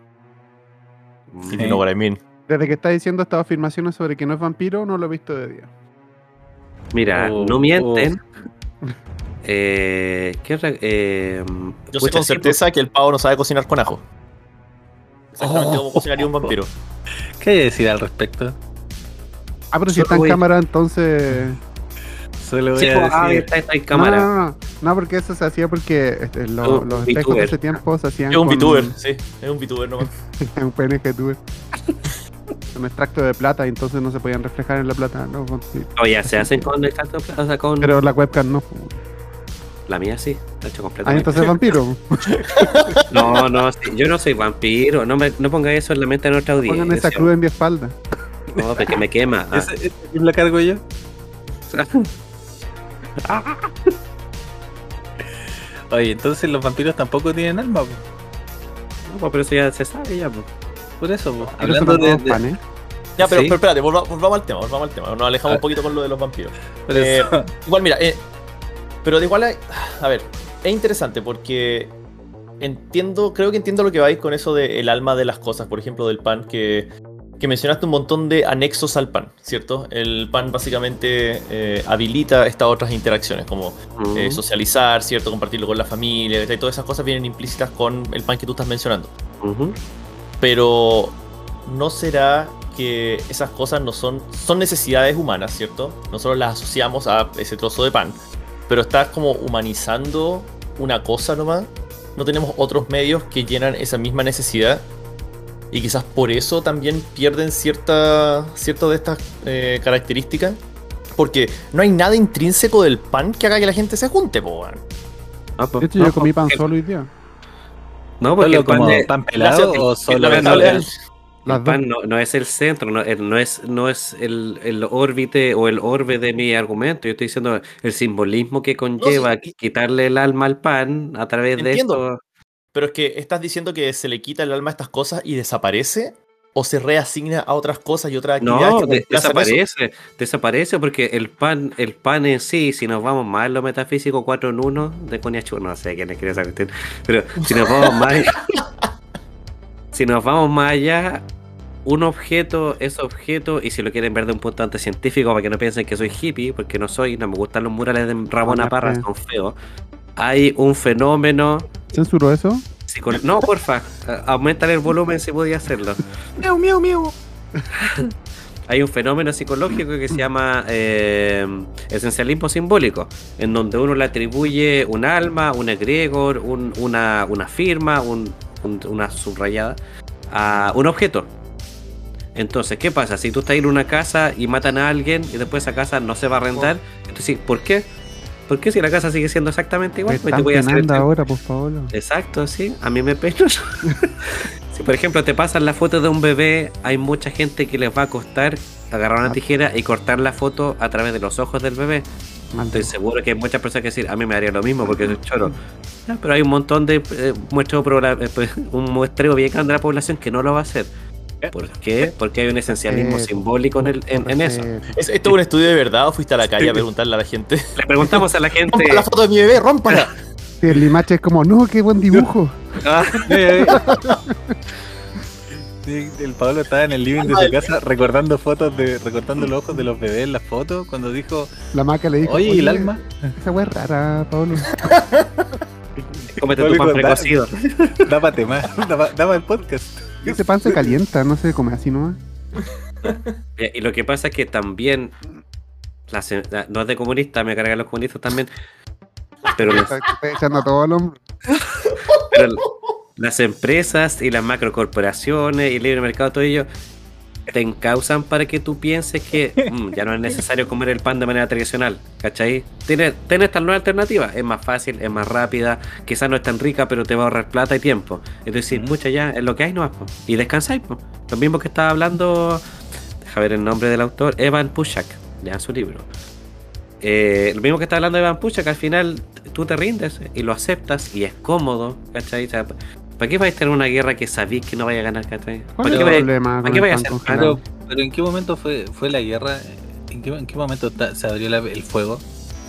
C: Mm,
B: If you know what I mean.
D: Desde que está diciendo estas afirmaciones sobre que no es vampiro, no lo he visto de día.
C: Mira,
A: Oh,
C: no mienten.
D: oh.
C: Eh, ¿qué otra- eh,
B: Yo sé
C: pucha,
B: con
C: sí,
B: certeza que el pavo no sabe cocinar con ajo. Exactamente
A: Oh.
B: como cocinaría un vampiro.
A: ¿Qué hay que decir al respecto?
D: Ah, pero si
C: Solo
D: está en
C: voy-
D: cámara, entonces.
A: Solo voy
C: Sí,
A: a
C: po, ah,
A: decir.
C: está, está en cámara.
D: No, no, no, no. No, porque eso se hacía porque este, lo-
C: Yo,
D: los espejos de
C: VTuber.
D: ese tiempo se hacían.
B: Es un
D: con-
B: VTuber, sí. Es un VTuber nomás.
D: un PNG tuber. un extracto de plata, y entonces no se podían reflejar en la plata. ¿no? Con- sí.
C: Oye, se hacen con el tanto- o sea, con
D: Pero la webcam no.
C: la mía sí, está hecho
D: Ah,
C: completamente.
D: entonces vampiro.
C: No, no, sí, yo no soy vampiro, no me no ponga eso en la mente de nuestra audiencia.
D: Pongan esa cruz en mi espalda.
C: No, porque me quema. Ah.
A: ¿Ese, ese clip la cargo yo? Oye, entonces los vampiros tampoco tienen alma, po.
C: No, pues, pero eso ya se sabe ya. pues.
A: por eso, po.
D: Pero eso
A: hablando
D: no
A: de,
D: es
A: de-
D: fan, ¿eh?
B: Ya, pero,
A: Sí.
B: pero espérate, volva- volvamos al tema, volvamos al tema. Nos alejamos
A: Ah.
B: un poquito con lo de los vampiros.
A: por eso.
B: Igual, mira, eh, pero de igual hay- a ver, es interesante porque entiendo, creo que entiendo lo que vais con eso del alma de las cosas, por ejemplo, del pan, que, que mencionaste un montón de anexos al pan, ¿cierto? El pan básicamente eh, habilita estas otras interacciones, como eh, socializar, ¿cierto? Compartirlo con la familia, ¿cachai? todas esas cosas vienen implícitas con el pan que tú estás mencionando.
C: Ujú.
B: Pero ¿no será que esas cosas no son son necesidades humanas, cierto? Nosotros las asociamos a ese trozo de pan, pero estás como humanizando una cosa nomás. No tenemos otros medios que llenan esa misma necesidad y quizás por eso también pierden cierta ciertas de estas eh, características. Porque no hay nada intrínseco del pan que haga que la gente se junte, po, weón.
C: No, pues,
D: De hecho,
C: no,
D: yo comí pan
C: porque-
D: solo hoy día.
C: No, porque
A: ¿Solo
C: como
A: pan, de-
C: el
A: pan pelado
B: Gracias,
A: o
B: que
A: solo
B: lamentable-
A: pan-
D: Las dos.
C: pan no, no es el centro, no, el- no es, no es el, el órbite o el orbe de mi argumento. Yo estoy diciendo el simbolismo que conlleva quitarle el alma al pan a través
B: Entiendo.
C: de esto.
B: Pero es que estás diciendo que se le quita el alma a estas cosas y desaparece, o se reasigna a otras cosas y otras actividades.
C: No,
B: que
C: de-
B: reemplazan eso?
C: desaparece, desaparece porque el pan, el pan en sí, si nos vamos más en lo metafísico 4 en 1 de Coniachu, no sé quién escribe esa cuestión, pero si nos vamos más si nos vamos más allá, un objeto es objeto y si lo quieren ver de un punto de vista científico para que no piensen que soy hippie, porque no soy, no me gustan los murales de Ramona
B: Ah,
D: Ramona
C: Parra,
D: Parra.
C: son feos. Hay un fenómeno
D: ¿Censuró eso?
C: psico- No, porfa, aumentan el volumen si podía hacerlo.
A: Miau, miau, miau.
C: hay un fenómeno psicológico que se llama eh, esencialismo simbólico, en donde uno le atribuye un alma, un egregor, un- una, una firma, un- un- una subrayada, a un objeto. Entonces, ¿qué pasa? Si tú estás en una casa y matan a alguien y después esa casa no se va a rentar, entonces, ¿por qué? ¿Por qué si la casa sigue siendo exactamente
D: Me
C: igual? Pues te
D: están
C: voy a hacer el Eh,
D: penando ahora, por favor.
C: Exacto, sí. A mí me pena. si por ejemplo te pasan la foto de un bebé, hay mucha gente que les va a costar agarrar una tijera y cortar la foto a través de los ojos del bebé. Estoy seguro que hay muchas personas que decir, a mí me haría lo mismo porque soy choro. Ya, pero hay un montón de eh, muestro proba- eh, pues, un muestreo bien grande de la población que no lo va a hacer. ¿Por qué? Porque hay un esencialismo
D: Eh,
C: simbólico en, el- en- en eso.
B: ¿Es- ¿Esto es un estudio de verdad o fuiste a la calle a preguntarle a la gente?
C: Le preguntamos a la gente.
B: ¡Rompa la foto de mi bebé, rómpala!
D: Sí, el limache es como, no, qué buen dibujo.
A: Sí, el Pablo estaba en el living de su casa recordando fotos de recortando los ojos de los bebés en las fotos cuando dijo,
D: La maca le dijo,
A: "Oye, ¿y el alma."
D: Esa wea es rara, Pablo.
C: Cómete tu pan
A: Pablo,
C: precocido.
A: Dábate más, daba, daba el podcast.
D: Ese pan se calienta, no se come así nomás.
C: Ya, Y lo que pasa es que también, la se- la- no es de comunista, me cargan los comunistas también, pero, las,
D: Está, está echando a todo el hombre.
C: pero las empresas y las macrocorporaciones y el libre mercado, todo ello, te encausan para que tú pienses que mm, ya no es necesario comer el pan de manera tradicional, ¿cachai? Tienes, tienes estas nuevas alternativas, es más fácil, es más rápida, quizás no es tan rica, pero te va a ahorrar plata y tiempo. Entonces, mucha ya, es lo que hay nomás, po. y descansáis, po. lo mismo que estaba hablando, deja ver el nombre del autor, Evan Pushak, lean su libro. Eh, lo mismo que está hablando Evan Pushak, al final tú te rindes y lo aceptas y es cómodo, ¿cachai? O sea, ¿Para qué vais a tener una guerra que sabéis que no vaya a ganar, cachai? ¿Para
D: ¿Cuál es
C: qué
D: el
C: vais para
D: problema con
C: qué
D: el
C: vaya a
D: pan
C: ser
D: congelado?
A: Pero, pero ¿en qué momento fue, fue la guerra? ¿En qué, en qué momento ta- se abrió la- el fuego?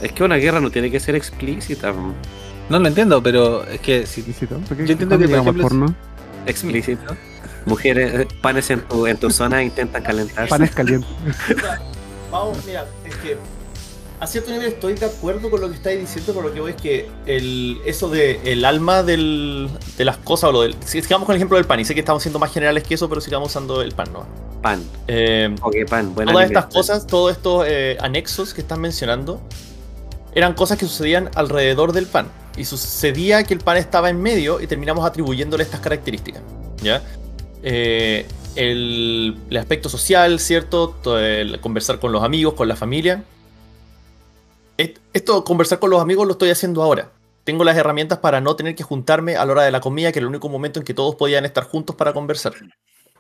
C: Es que una guerra no tiene que ser explícita. mm.
A: No lo entiendo, pero es que si
D: Explícito. ¿Por qué-
A: Yo entiendo
D: cuándo
A: que, por
D: llegamos al
A: ejemplo,
D: porno?
C: Explícito. Mujeres, eh, panes en tu, en tu zona intentan calentarse.
D: Panes calientes.
B: Vamos, mira, es que a cierto nivel estoy de acuerdo con lo que estáis diciendo, por lo que voy es que el, eso de el alma del, de las cosas, o lo del, si- sigamos con el ejemplo del pan, y sé que estamos siendo más generales que eso, pero sigamos usando el pan, ¿no?
C: Pan.
B: Eh,
C: Ok, pan. Buena
B: todas estas cosas, todos estos eh, anexos que estás mencionando, eran cosas que sucedían alrededor del pan. Y sucedía que el pan estaba en medio y terminamos atribuyéndole estas características. ¿Ya? Eh, el, el aspecto social, ¿cierto? To- El conversar con los amigos, con la familia. Et- Esto, conversar con los amigos, lo estoy haciendo ahora. Tengo las herramientas para no tener que juntarme a la hora de la comida, que era el único momento en que todos podían estar juntos para conversar.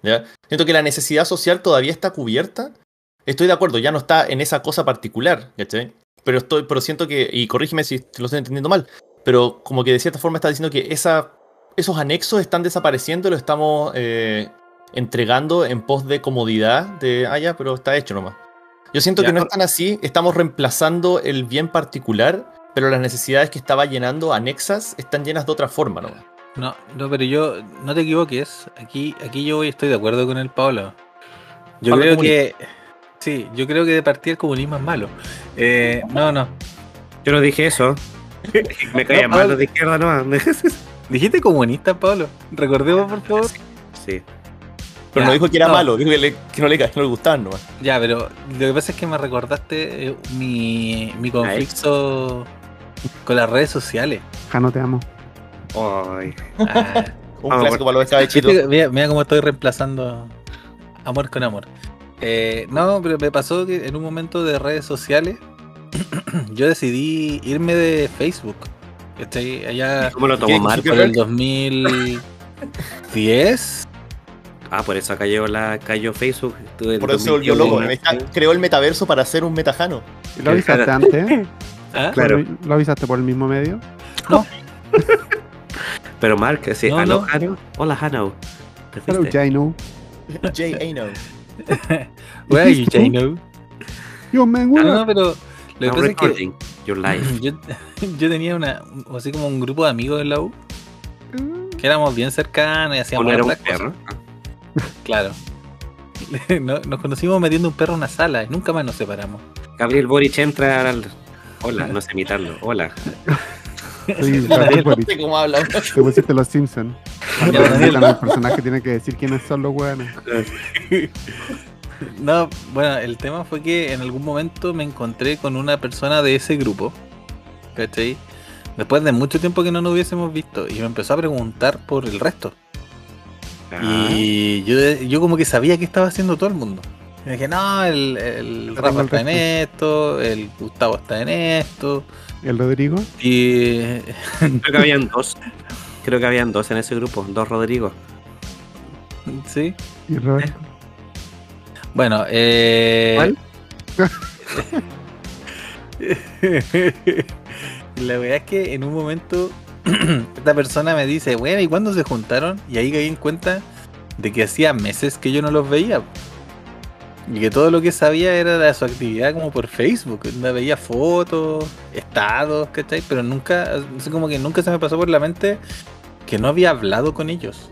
B: ¿Ya? Siento que la necesidad social todavía está cubierta. Estoy de acuerdo, ya no está en esa cosa particular, ¿cachai? Pero, estoy, pero siento que, y corrígeme si te lo estoy entendiendo mal, pero como que de cierta forma está diciendo que esa, esos anexos están desapareciendo y lo estamos eh, entregando en pos de comodidad, de, ah, ya, pero está hecho nomás. Yo siento
C: Ya,
B: que no
C: pero-
B: están así, estamos reemplazando el bien particular, pero las necesidades que estaba llenando anexas están llenas de otra forma nomás.
A: No, no, pero yo, no te equivoques, aquí, aquí yo hoy estoy de acuerdo con el Pablo. Yo
B: Pablo
A: creo
B: comunista.
A: que, sí, yo creo que de partida el comunismo es malo. Eh, no, no,
C: Yo no dije eso. Me caía
A: No,
C: mal
A: Pablo.
C: los de izquierda, ¿no?
A: dijiste comunista, Pablo, recordemos por favor.
C: sí.
B: Pero
A: Ya,
B: no dijo que era
A: no.
B: malo, dijo que, le- que no, le, ca- no le gustaban nomás.
A: Ya, pero lo que pasa es que me recordaste eh, mi, mi conflicto con las redes sociales.
D: Jano, te amo.
C: Ay.
A: Ah,
B: Un
C: Ah,
B: clásico para los escabechitos.
A: ¿viste? mira, mira cómo estoy reemplazando amor con amor. Eh, no, pero me pasó que en un momento de redes sociales yo decidí irme de Facebook. Estoy allá
C: ¿Cómo lo
B: ¿Qué-
C: tomó mal?
B: qué-
A: por el 2010.
C: Ah, por eso cayó, la, cayó Facebook. Tú del
B: Por eso se volvió
C: 2015.
B: loco. Meta- creó el metaverso para ser un metajano.
D: ¿Y ¿Lo avisaste antes?
A: ¿Ah?
C: Claro.
D: ¿Lo avisaste por el mismo medio?
C: Pero Mark, eh, sí.
A: No,
C: aló,
A: no.
C: Hano. Hola, Hano. ¿Te
D: Hello,
C: fuiste?
D: Jainu.
B: Jay Aino.
A: Where are you, Jaino?
D: Yo me
A: No,
D: engula.
A: Ah, no, pero lo que
C: I'm
A: pasa es que
C: recording your life.
A: yo, yo tenía una, un- así como un grupo de amigos en la U que éramos bien cercanos y hacíamos
C: Uno era un
A: hartas cosas.
C: perro.
A: Claro. No- Nos conocimos metiendo un perro en una sala y nunca más nos separamos.
C: Gabriel Boric entra al... Hola, no sé imitarlo. Hola.
D: Sí,
A: Daniel,
B: No
D: Gabriel Boric.
B: sé cómo habla.
D: Te pusiste los Simpsons.
A: Ya, Daniel.
D: El personaje tiene que decir quiénes son los hueones.
A: No, bueno, el tema fue que en algún momento me encontré con una persona de ese grupo, ¿cachai? Después de mucho tiempo que no nos hubiésemos visto y me empezó a preguntar por el resto.
C: Ah,
A: Y yo, yo como que sabía qué estaba haciendo todo el mundo. Y dije, no, el, el
D: Está
A: Rafa
D: mal
A: está en esto, el Gustavo está en esto,
D: El Rodrigo.
A: y
C: Creo que habían dos. Creo que habían dos en ese grupo. Dos Rodrigo.
A: sí.
D: Y Roberto.
A: Bueno, eh.
C: ¿Cuál?
A: La verdad es que en un momento esta persona me dice, bueno, ¿y cuándo se juntaron? Y ahí caí en cuenta de que hacía meses que yo no los veía. Y que todo lo que sabía era de su actividad como por Facebook. Onda, veía fotos, estados, ¿cachai? Pero nunca, así como que nunca se me pasó por la mente que no había hablado con ellos.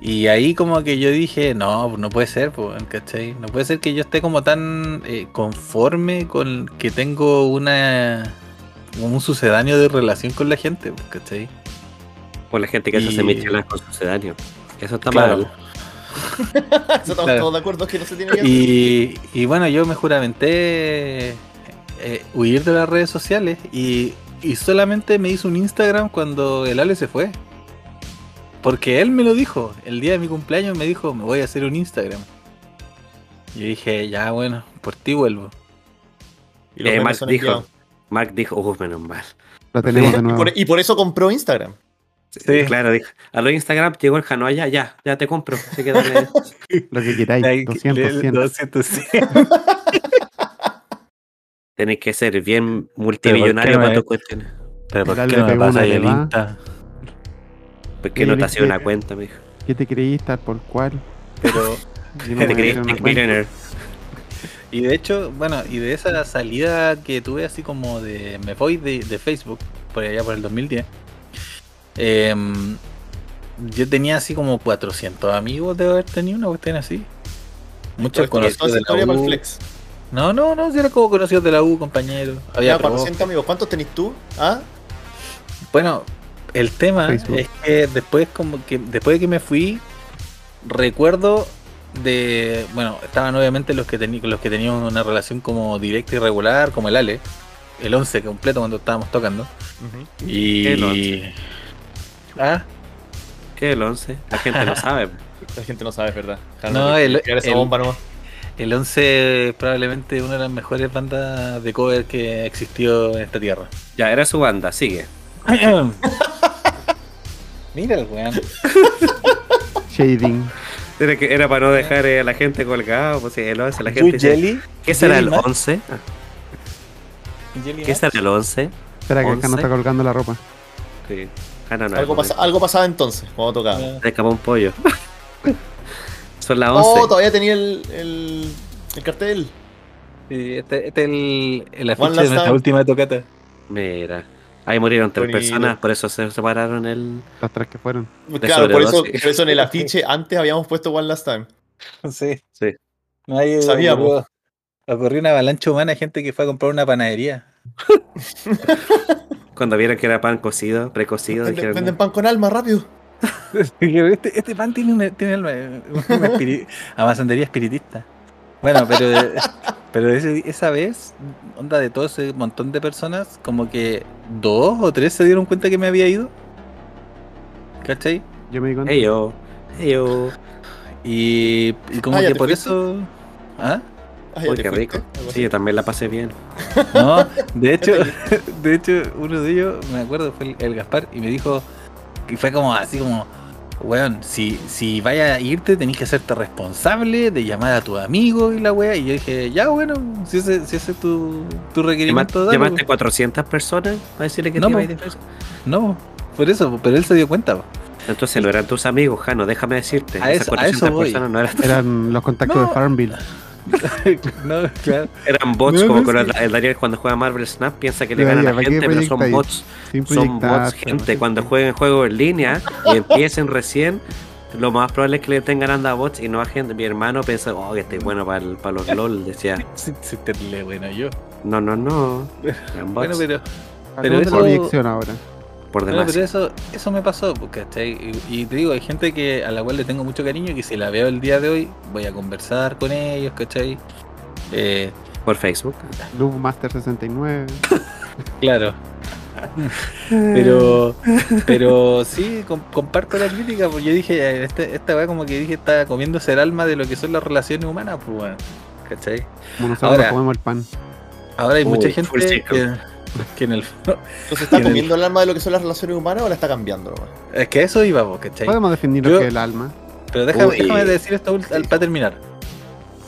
A: Y ahí como que yo dije, no, no puede ser, po, ¿cachai? No puede ser que yo esté como tan eh, conforme con que tengo una un sucedáneo de relación con la gente, po, ¿cachai?
C: Por la gente que se hace
A: Y-
C: michelas con sucedáneo. Eso está
A: Claro.
C: mal.
B: Estamos
A: Claro.
B: todos de acuerdo que no se tiene que hacer.
A: Y, y bueno, yo me juramenté eh, huir de las redes sociales y, y solamente me hizo un Instagram cuando el Ale se fue. Porque él me lo dijo, el día de mi cumpleaños me dijo, me voy a hacer un Instagram. Y yo dije, ya bueno, por ti vuelvo.
B: Y los
C: Eh,
B: memes
C: Mark
B: son
C: dijo.
B: enviados.
C: Mark dijo, uff, menos mal.
D: Lo tenemos de
B: Y
D: nuevo.
B: por, y por eso compró Instagram.
A: Sí.
C: Eh, Claro, dijo. A lo Instagram llegó el Jano allá, ya, ya te compro. Así que dale.
D: Lo que queráis. 200, 100.
A: 200,
C: Tenés que ser bien multimillonario
A: Pero, ¿por qué
C: para
A: no
C: tus cuestiones.
A: Pero ¿por
D: Dale,
A: qué no me
D: pegó
A: pasa
D: una
A: ahí el
D: levada.
A: Insta?
C: Pues
D: Sí,
C: que no te hacía
D: viste.
C: una cuenta, mijo.
D: ¿Qué te creíste, tal por cual?
A: Pero,
D: Yo no
C: Te
D: me
C: creí
D: metí en una
C: Tech Millionaire.
A: y de hecho, bueno, y de esa salida que tuve así como de. Me voy de, de Facebook, por allá por el 2010. em, yo tenía así como 400 amigos de haber tenido una cuestión así. Muchos
B: Toda
A: conocidos
B: esa
A: de
B: historia
A: la
B: para el
A: U.
B: flex.
A: No, no, no, si era como conocidos de la U, compañeros. Había
B: Ya,
A: probó.
B: 400 amigos. ¿Cuántos tenés tú? ¿Ah?
A: Bueno, el tema
D: Facebook.
A: es que después como que después de que me fui recuerdo de bueno, estaban obviamente los que tenían los que teníamos una relación como directa y regular, como el Ale, el 11 completo cuando estábamos tocando y
C: El 11.
A: Ah,
C: ¿Qué el 11? La gente no sabe.
B: La gente no sabe, es verdad.
A: No,
B: hay que
A: el-
B: tirar esa
A: el-
B: bomba nomás.
A: el 11 probablemente una de las mejores bandas de cover que existió en esta tierra.
C: Ya, era su banda, sigue.
A: Mira el weón.
D: Shading.
C: Era, que- era para no dejar eh, a la gente colgada, pues sí, el 11, la
A: You
C: gente dice,
A: Jelly,
C: ¿qué será el
A: Jelly Mac-
C: 11?
A: Jelly
C: ¿Qué
A: Mac.
C: será el 11?
D: Espera, que acá no
C: Once.
D: está colgando la ropa.
C: Sí. Ah, no, no,
B: Algo,
C: no,
B: pasa- algo pasaba entonces, cuando tocaba.
C: Se escapó un pollo. Son las 11.
B: Oh, todavía tenía el, el, el cartel.
A: Sí, este, este es el, el
B: One
A: afiche
B: last
A: de nuestra
B: time.
A: última tocata.
C: Mira. Ahí murieron tres
B: Bonito.
C: personas, por eso se separaron el...
D: Las tres que fueron.
B: Claro, por eso,
C: sobredosis.
B: por eso en el afiche antes habíamos puesto One Last Time.
A: Sí.
C: Sí.
A: Nadie
B: Sabíamos.
A: ocurrió- Ocurrió una avalancha humana de gente que fue a comprar una panadería.
C: Cuando vieron que era pan cocido, precocido,
B: Venden,
C: dijeron...
B: venden pan con alma, rápido.
A: este, este pan tiene una, tiene alma, una espiri- amasandería espiritista. Bueno, pero, eh, pero ese- esa vez, onda de todo ese montón de personas, como que dos o tres se dieron cuenta que me había ido. ¿Cachai?
D: Yo me di cuenta.
C: Hey yo, hey yo.
A: Y, y como
B: Ah, ¿ya
A: que
B: te
A: por
B: fuiste?
A: eso... ¿Ah?
B: Ay,
C: Uy,
B: ya te
C: qué
B: fuiste,
C: rico.
B: algo
C: Sí,
B: así.
C: yo también la pasé bien.
A: No, de hecho, de hecho, uno de ellos, me acuerdo, fue el, el Gaspar, y me dijo, que fue como así como, weón, si, si vaya a irte tenés que hacerte responsable de llamar a tu amigo y la wea, y yo dije, ya bueno, si ese, si ese es tu, tu
C: Llamaste,
A: requerimiento, dale, pues".
C: llamaste
A: po".
C: 400 personas para decirle que
A: No,
C: te iba
A: po.
C: a ir de Facebook.
A: No, por eso, po, pero él se dio cuenta. po.
C: Entonces no eran tus amigos, Jano, déjame decirte.
A: A
C: Esas
A: eso- a eso
C: 400
A: voy.
C: personas no eran,
D: Eran los contactos
A: No.
D: de Farmville.
A: no, claro.
C: eran bots,
A: No,
C: como
A: no
C: con
A: sé.
C: el, el Daniel cuando juega Marvel Snap piensa que le
D: Ya,
C: ganan
D: ya,
C: a la
D: ¿para qué
C: gente, pero son
D: proyectáis?
C: bots.
D: Sin
C: Son bots,
D: proyectar.
C: gente. Cuando jueguen juegos en línea y empiecen recién, lo más probable es que le estén ganando a bots y no a gente. Mi hermano piensa, oh, que estoy bueno para para los LOL. Decía,
A: Sí, sí, terrible, bueno, yo.
C: no, no, no. Eran bots.
A: Bueno, pero
D: Pero
A: eso-
D: proyección ahora.
C: por
A: Bueno,
C: demás.
A: pero eso, eso me pasó, pues, ¿cachai? Y, y te digo, hay gente que a la cual le tengo mucho cariño y que si la veo el día de hoy, voy a conversar con ellos, ¿cachai? Eh,
C: Por Facebook.
D: Loop Master 69.
A: claro. Pero pero sí, com- comparto la crítica, porque yo dije, eh, este- esta weá como que dije está comiéndose el alma de lo que son las relaciones humanas, pues bueno, ¿cachai?
D: Como nosotros
A: Ahora.
D: comemos el pan.
A: Ahora hay mucha
C: Uy, full
A: gente que,
C: circle.
A: que en el
B: Entonces, ¿está
A: Tiene-
B: comiendo el alma de lo que son las relaciones humanas o la está cambiando? nomás?
A: es que a eso iba, pues, ¿cachai?
D: Podemos definir lo
A: Yo-
D: que es el alma.
A: Pero déjame,
C: Uy.
A: déjame decir esto ult- al- para terminar.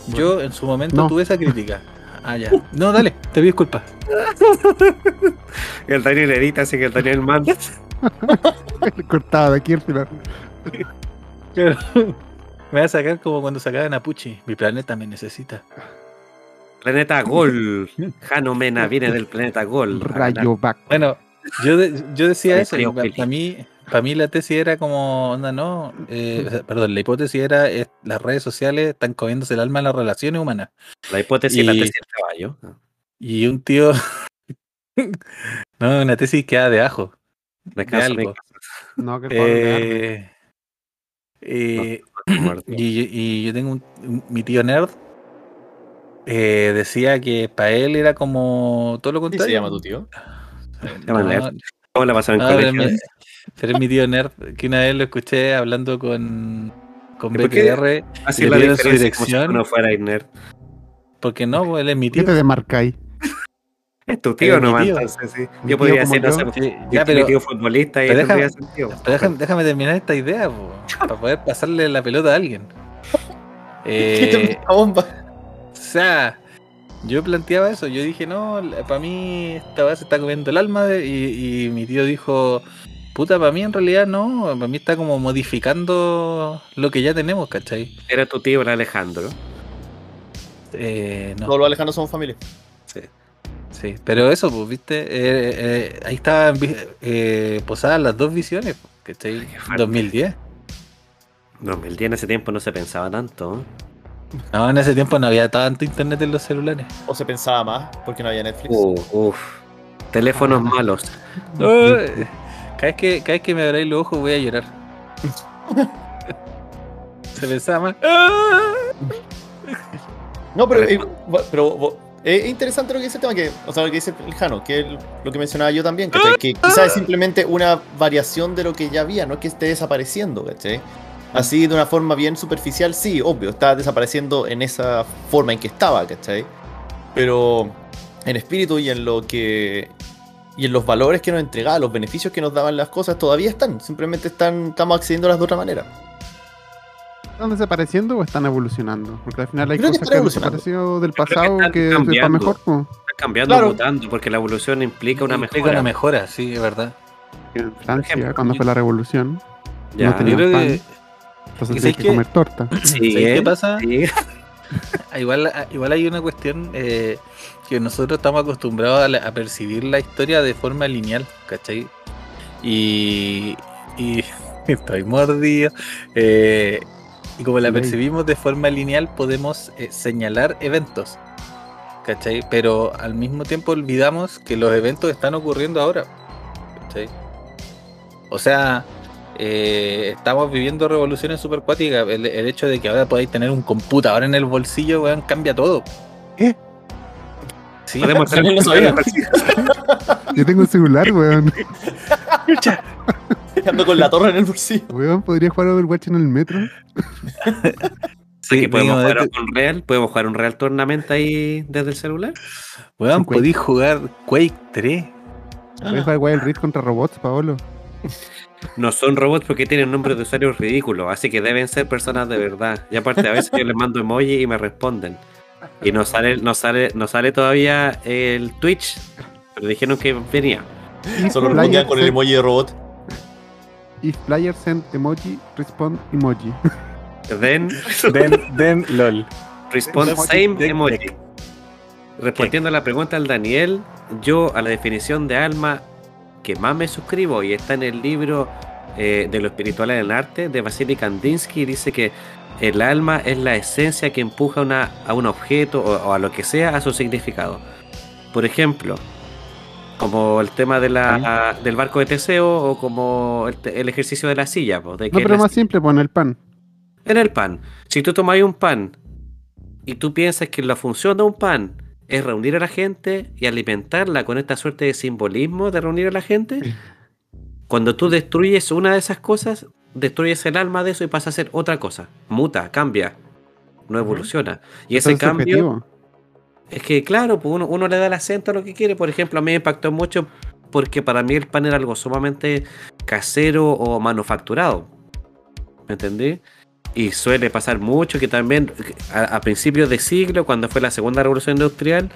A: Yo en su momento
D: No.
A: tuve esa crítica. Ah,
C: Uh.
A: ya. No, dale, te pido disculpas.
C: El Daniel edita, así que el Daniel manda.
D: Cortado de aquí al final.
A: Pero me va a sacar como cuando sacaban a Pucci. Mi planeta me necesita.
C: Planeta Gol. Jano Mena viene del planeta Gol. a ganar.
D: Rayo back.
A: Bueno, yo, de- yo decía
C: Ahí
A: eso.
C: salió
A: Para
C: Felipe.
A: mí, para mí la tesis era como, onda, no. eh, o sea, perdón, la hipótesis era eh, las redes sociales están comiéndose el alma en las relaciones humanas.
C: Ah, La hipótesis y la
A: Y-
C: tesis del caballo. Ah,
A: Y un tío. no, una tesis que da de ajo.
C: Descansa,
A: algo.
D: No, que el Pablo Leal.
A: Eh, eh, Y, yo- y yo tengo un, un- mi tío nerd. eh, decía que para él era como todo lo
B: ¿Cómo se
A: contrario.
B: llama tu tío?
C: llama nerd? ¿Cómo la pasaron en
A: no, pero,
C: colegio?
A: mi, pero es mi tío Ah, nerd que una vez lo escuché hablando con, con
C: ¿Y por qué?
A: BTR.
C: Así
A: le
C: la
A: dieron su
C: diferencia como si
A: dirección.
C: tú no fuera nerd.
A: Porque no, pues, él es mi
D: ¿Qué
A: tío.
D: te demarcáis?
C: Es tu
A: Pero
C: tío
A: mi
C: nomás,
A: tío.
C: entonces sí.
D: Mi
C: Yo
D: tío
C: podría
D: como
C: ser, no sé,
D: yo.
A: Sí,
C: yo
A: ya,
C: soy mi
A: pero,
C: tío futbolista y
A: pero
C: eso tendría
A: déjame-
C: sentido.
A: pero déjame, déjame terminar esta idea po, para poder pasarle la pelota a alguien.
B: ¿Qué te
A: Eh,
B: metió la bomba?
A: O sea, yo planteaba eso, yo dije, no, para mí esta base está comiendo el alma de- y, y mi tío dijo, Puta, para mí en realidad no, para mí está como modificando lo que ya tenemos, ¿cachai?
C: Era tu tío, el Alejandro.
A: Eh, no,
B: Todos los Alejandro somos familia.
A: sí, pero eso, pues, viste, Eh, eh, ahí estaban vi- eh, posadas las dos visiones, pues, ¿cachai?
C: Qué fuerte.
A: 2010.
C: 2010 en ese tiempo no se pensaba tanto. ¿eh?
A: No, en ese tiempo no había tanto internet en los celulares.
B: O se pensaba más porque no había Netflix.
C: Uh, uf. Teléfonos malos.
A: No, eh, cada, vez que, cada vez que me abráis los ojos voy a llorar. Se les ama.
C: Ah.
B: No, pero, eh, bu- pero bu- eh, es interesante lo que dice el tema, que, o sea, lo que dice el Jano, que es lo que mencionaba yo también, ¿cachai? que quizás es simplemente una variación de lo que ya había, no es que esté desapareciendo, ¿cachai? Así de una forma bien superficial, sí, obvio, está desapareciendo en esa forma en que estaba, ¿cachai? Pero en espíritu y en lo que. y en los valores que nos entregaba, los beneficios que nos daban las cosas, todavía están, simplemente están, estamos accediéndolas de otra manera.
D: ¿Están desapareciendo o están evolucionando? Porque al final hay
B: Creo que están
D: cosas que han
B: evolucionando.
D: desaparecido del
C: creo que
D: pasado
C: están
D: que está
C: cambiando.
D: mejor. po.
C: Está cambiando,
B: Claro.
C: mutando, porque la evolución implica una
A: Implica
C: mejora.
A: una mejora, sí, es verdad.
D: En Francia,
C: ejemplo,
D: cuando
C: yo-
D: fue la revolución,
C: Ya.
D: no
A: Yo
D: tenía-
A: creo que,
D: Pan. entonces
A: ¿Y
D: tenías
A: sabes
D: que,
A: qué?
D: comer torta.
C: Sí,
A: ¿sabes
C: ¿eh?
A: qué pasa?
C: Sí.
A: Ah, Igual, ah, igual hay una cuestión eh, que nosotros estamos acostumbrados a, la- a percibir la historia de forma lineal, ¿cachai? Y, y estoy mordido. eh, y como la
D: Ley.
A: percibimos de forma lineal, podemos eh, señalar eventos, ¿cachai? Pero al mismo tiempo olvidamos que los eventos están ocurriendo ahora, ¿cachai? O sea, eh, estamos viviendo revoluciones supercuáticas. El, el hecho de que ahora podáis tener un computador en el bolsillo, weón, cambia todo.
D: ¿Qué?
A: Sí,
C: Podemos hacer-
B: También lo sabía.
D: Yo tengo un celular, weón.
B: Ando con la torre en el bolsillo.
D: Weón, podría jugar Overwatch en el metro.
C: Así que
A: Sí,
C: podemos
A: vengo de este
C: jugar un real, podemos jugar un real tournament ahí desde el celular.
A: Weón,
D: Un Quake.
A: podéis jugar Quake 3. Ah.
D: Podría jugar Wild Rift contra robots, Paolo.
C: No son robots porque tienen nombres de usuarios ridículos, así que deben ser personas de verdad. Y aparte a veces yo les mando emoji y me responden. Y no sale, no sale, no sale todavía el Twitch, pero dijeron que venía.
B: Solo
D: Lion
B: respondían con el
D: Set.
B: emoji de robot.
D: Y player send emoji, respond emoji.
C: Then
A: Den, LOL.
C: Responde
D: Emoji,
C: same
A: tic,
C: emoji. Respondiendo a la pregunta al Daniel, yo a la definición de alma que más me suscribo y está en el libro eh, de lo espiritual en el arte de Vasily Kandinsky, dice que el alma es la esencia que empuja una- a un objeto o, o a lo que sea a su significado. Por ejemplo, como el tema de la, del barco de Teseo o como el, te- el ejercicio de la silla. po, de
D: No,
C: que
D: pero
C: la
D: más simple, pon el pan.
C: en el pan. Si tú tomáis un pan y tú piensas que la función de un pan es reunir a la gente y alimentarla con esta suerte de simbolismo de reunir a la gente, cuando tú destruyes una de esas cosas, destruyes el alma de eso y pasa a ser otra cosa. Muta, cambia, no evoluciona. Y
D: Eso
C: ese
D: es
C: cambio...
D: subjetivo.
C: Es que claro, pues uno, uno le da el acento a lo que quiere. Por ejemplo, a mí me impactó mucho porque para mí el pan era algo sumamente casero o manufacturado. ¿Me entendí? Y suele pasar mucho que también a, a principios de siglo, cuando fue la segunda revolución industrial,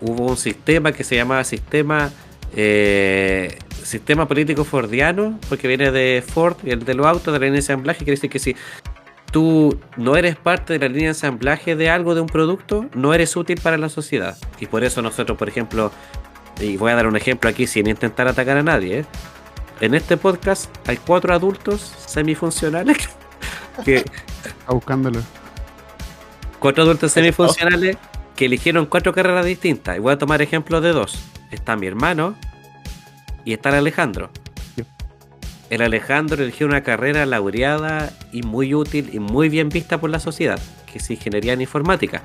C: hubo un sistema que se llamaba sistema eh, sistema político fordiano, porque viene de Ford, el de los autos, de la línea de ensamblaje, quiere decir que si tú no eres parte de la línea de ensamblaje de algo, de un producto, no eres útil para la sociedad. Y por eso nosotros, por ejemplo, y voy a dar un ejemplo aquí sin intentar atacar a nadie, ¿eh? en este podcast hay cuatro adultos semifuncionales que,
D: Está buscándolo.
C: cuatro adultos semifuncionales que eligieron cuatro carreras distintas. Y voy a tomar ejemplos de dos. Está mi hermano y está el Alejandro.
D: Yo.
C: El Alejandro eligió una carrera laureada y muy útil y muy bien vista por la sociedad, que es ingeniería en informática.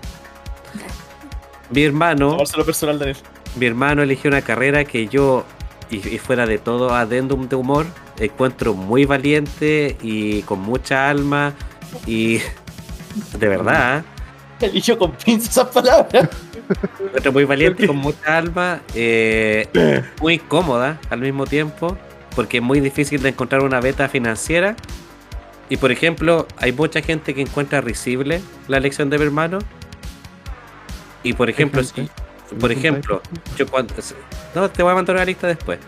C: Mi hermano
B: Tomárselo personal, Daniel.
C: mi hermano eligió una carrera que yo, y, y fuera de todo adendum de humor, encuentro muy valiente y con mucha alma y de verdad, ¿eh?
B: Eligió con pinzas esas palabras.
C: encuentro muy valiente con mucha alma, eh, muy cómoda al mismo tiempo, porque es muy difícil de encontrar una beta financiera. Y por ejemplo, hay mucha gente que encuentra risible la elección de mi hermano. Y por ejemplo, si,
D: gente.
C: por ejemplo, yo cuando, No, te voy a mandar una lista después.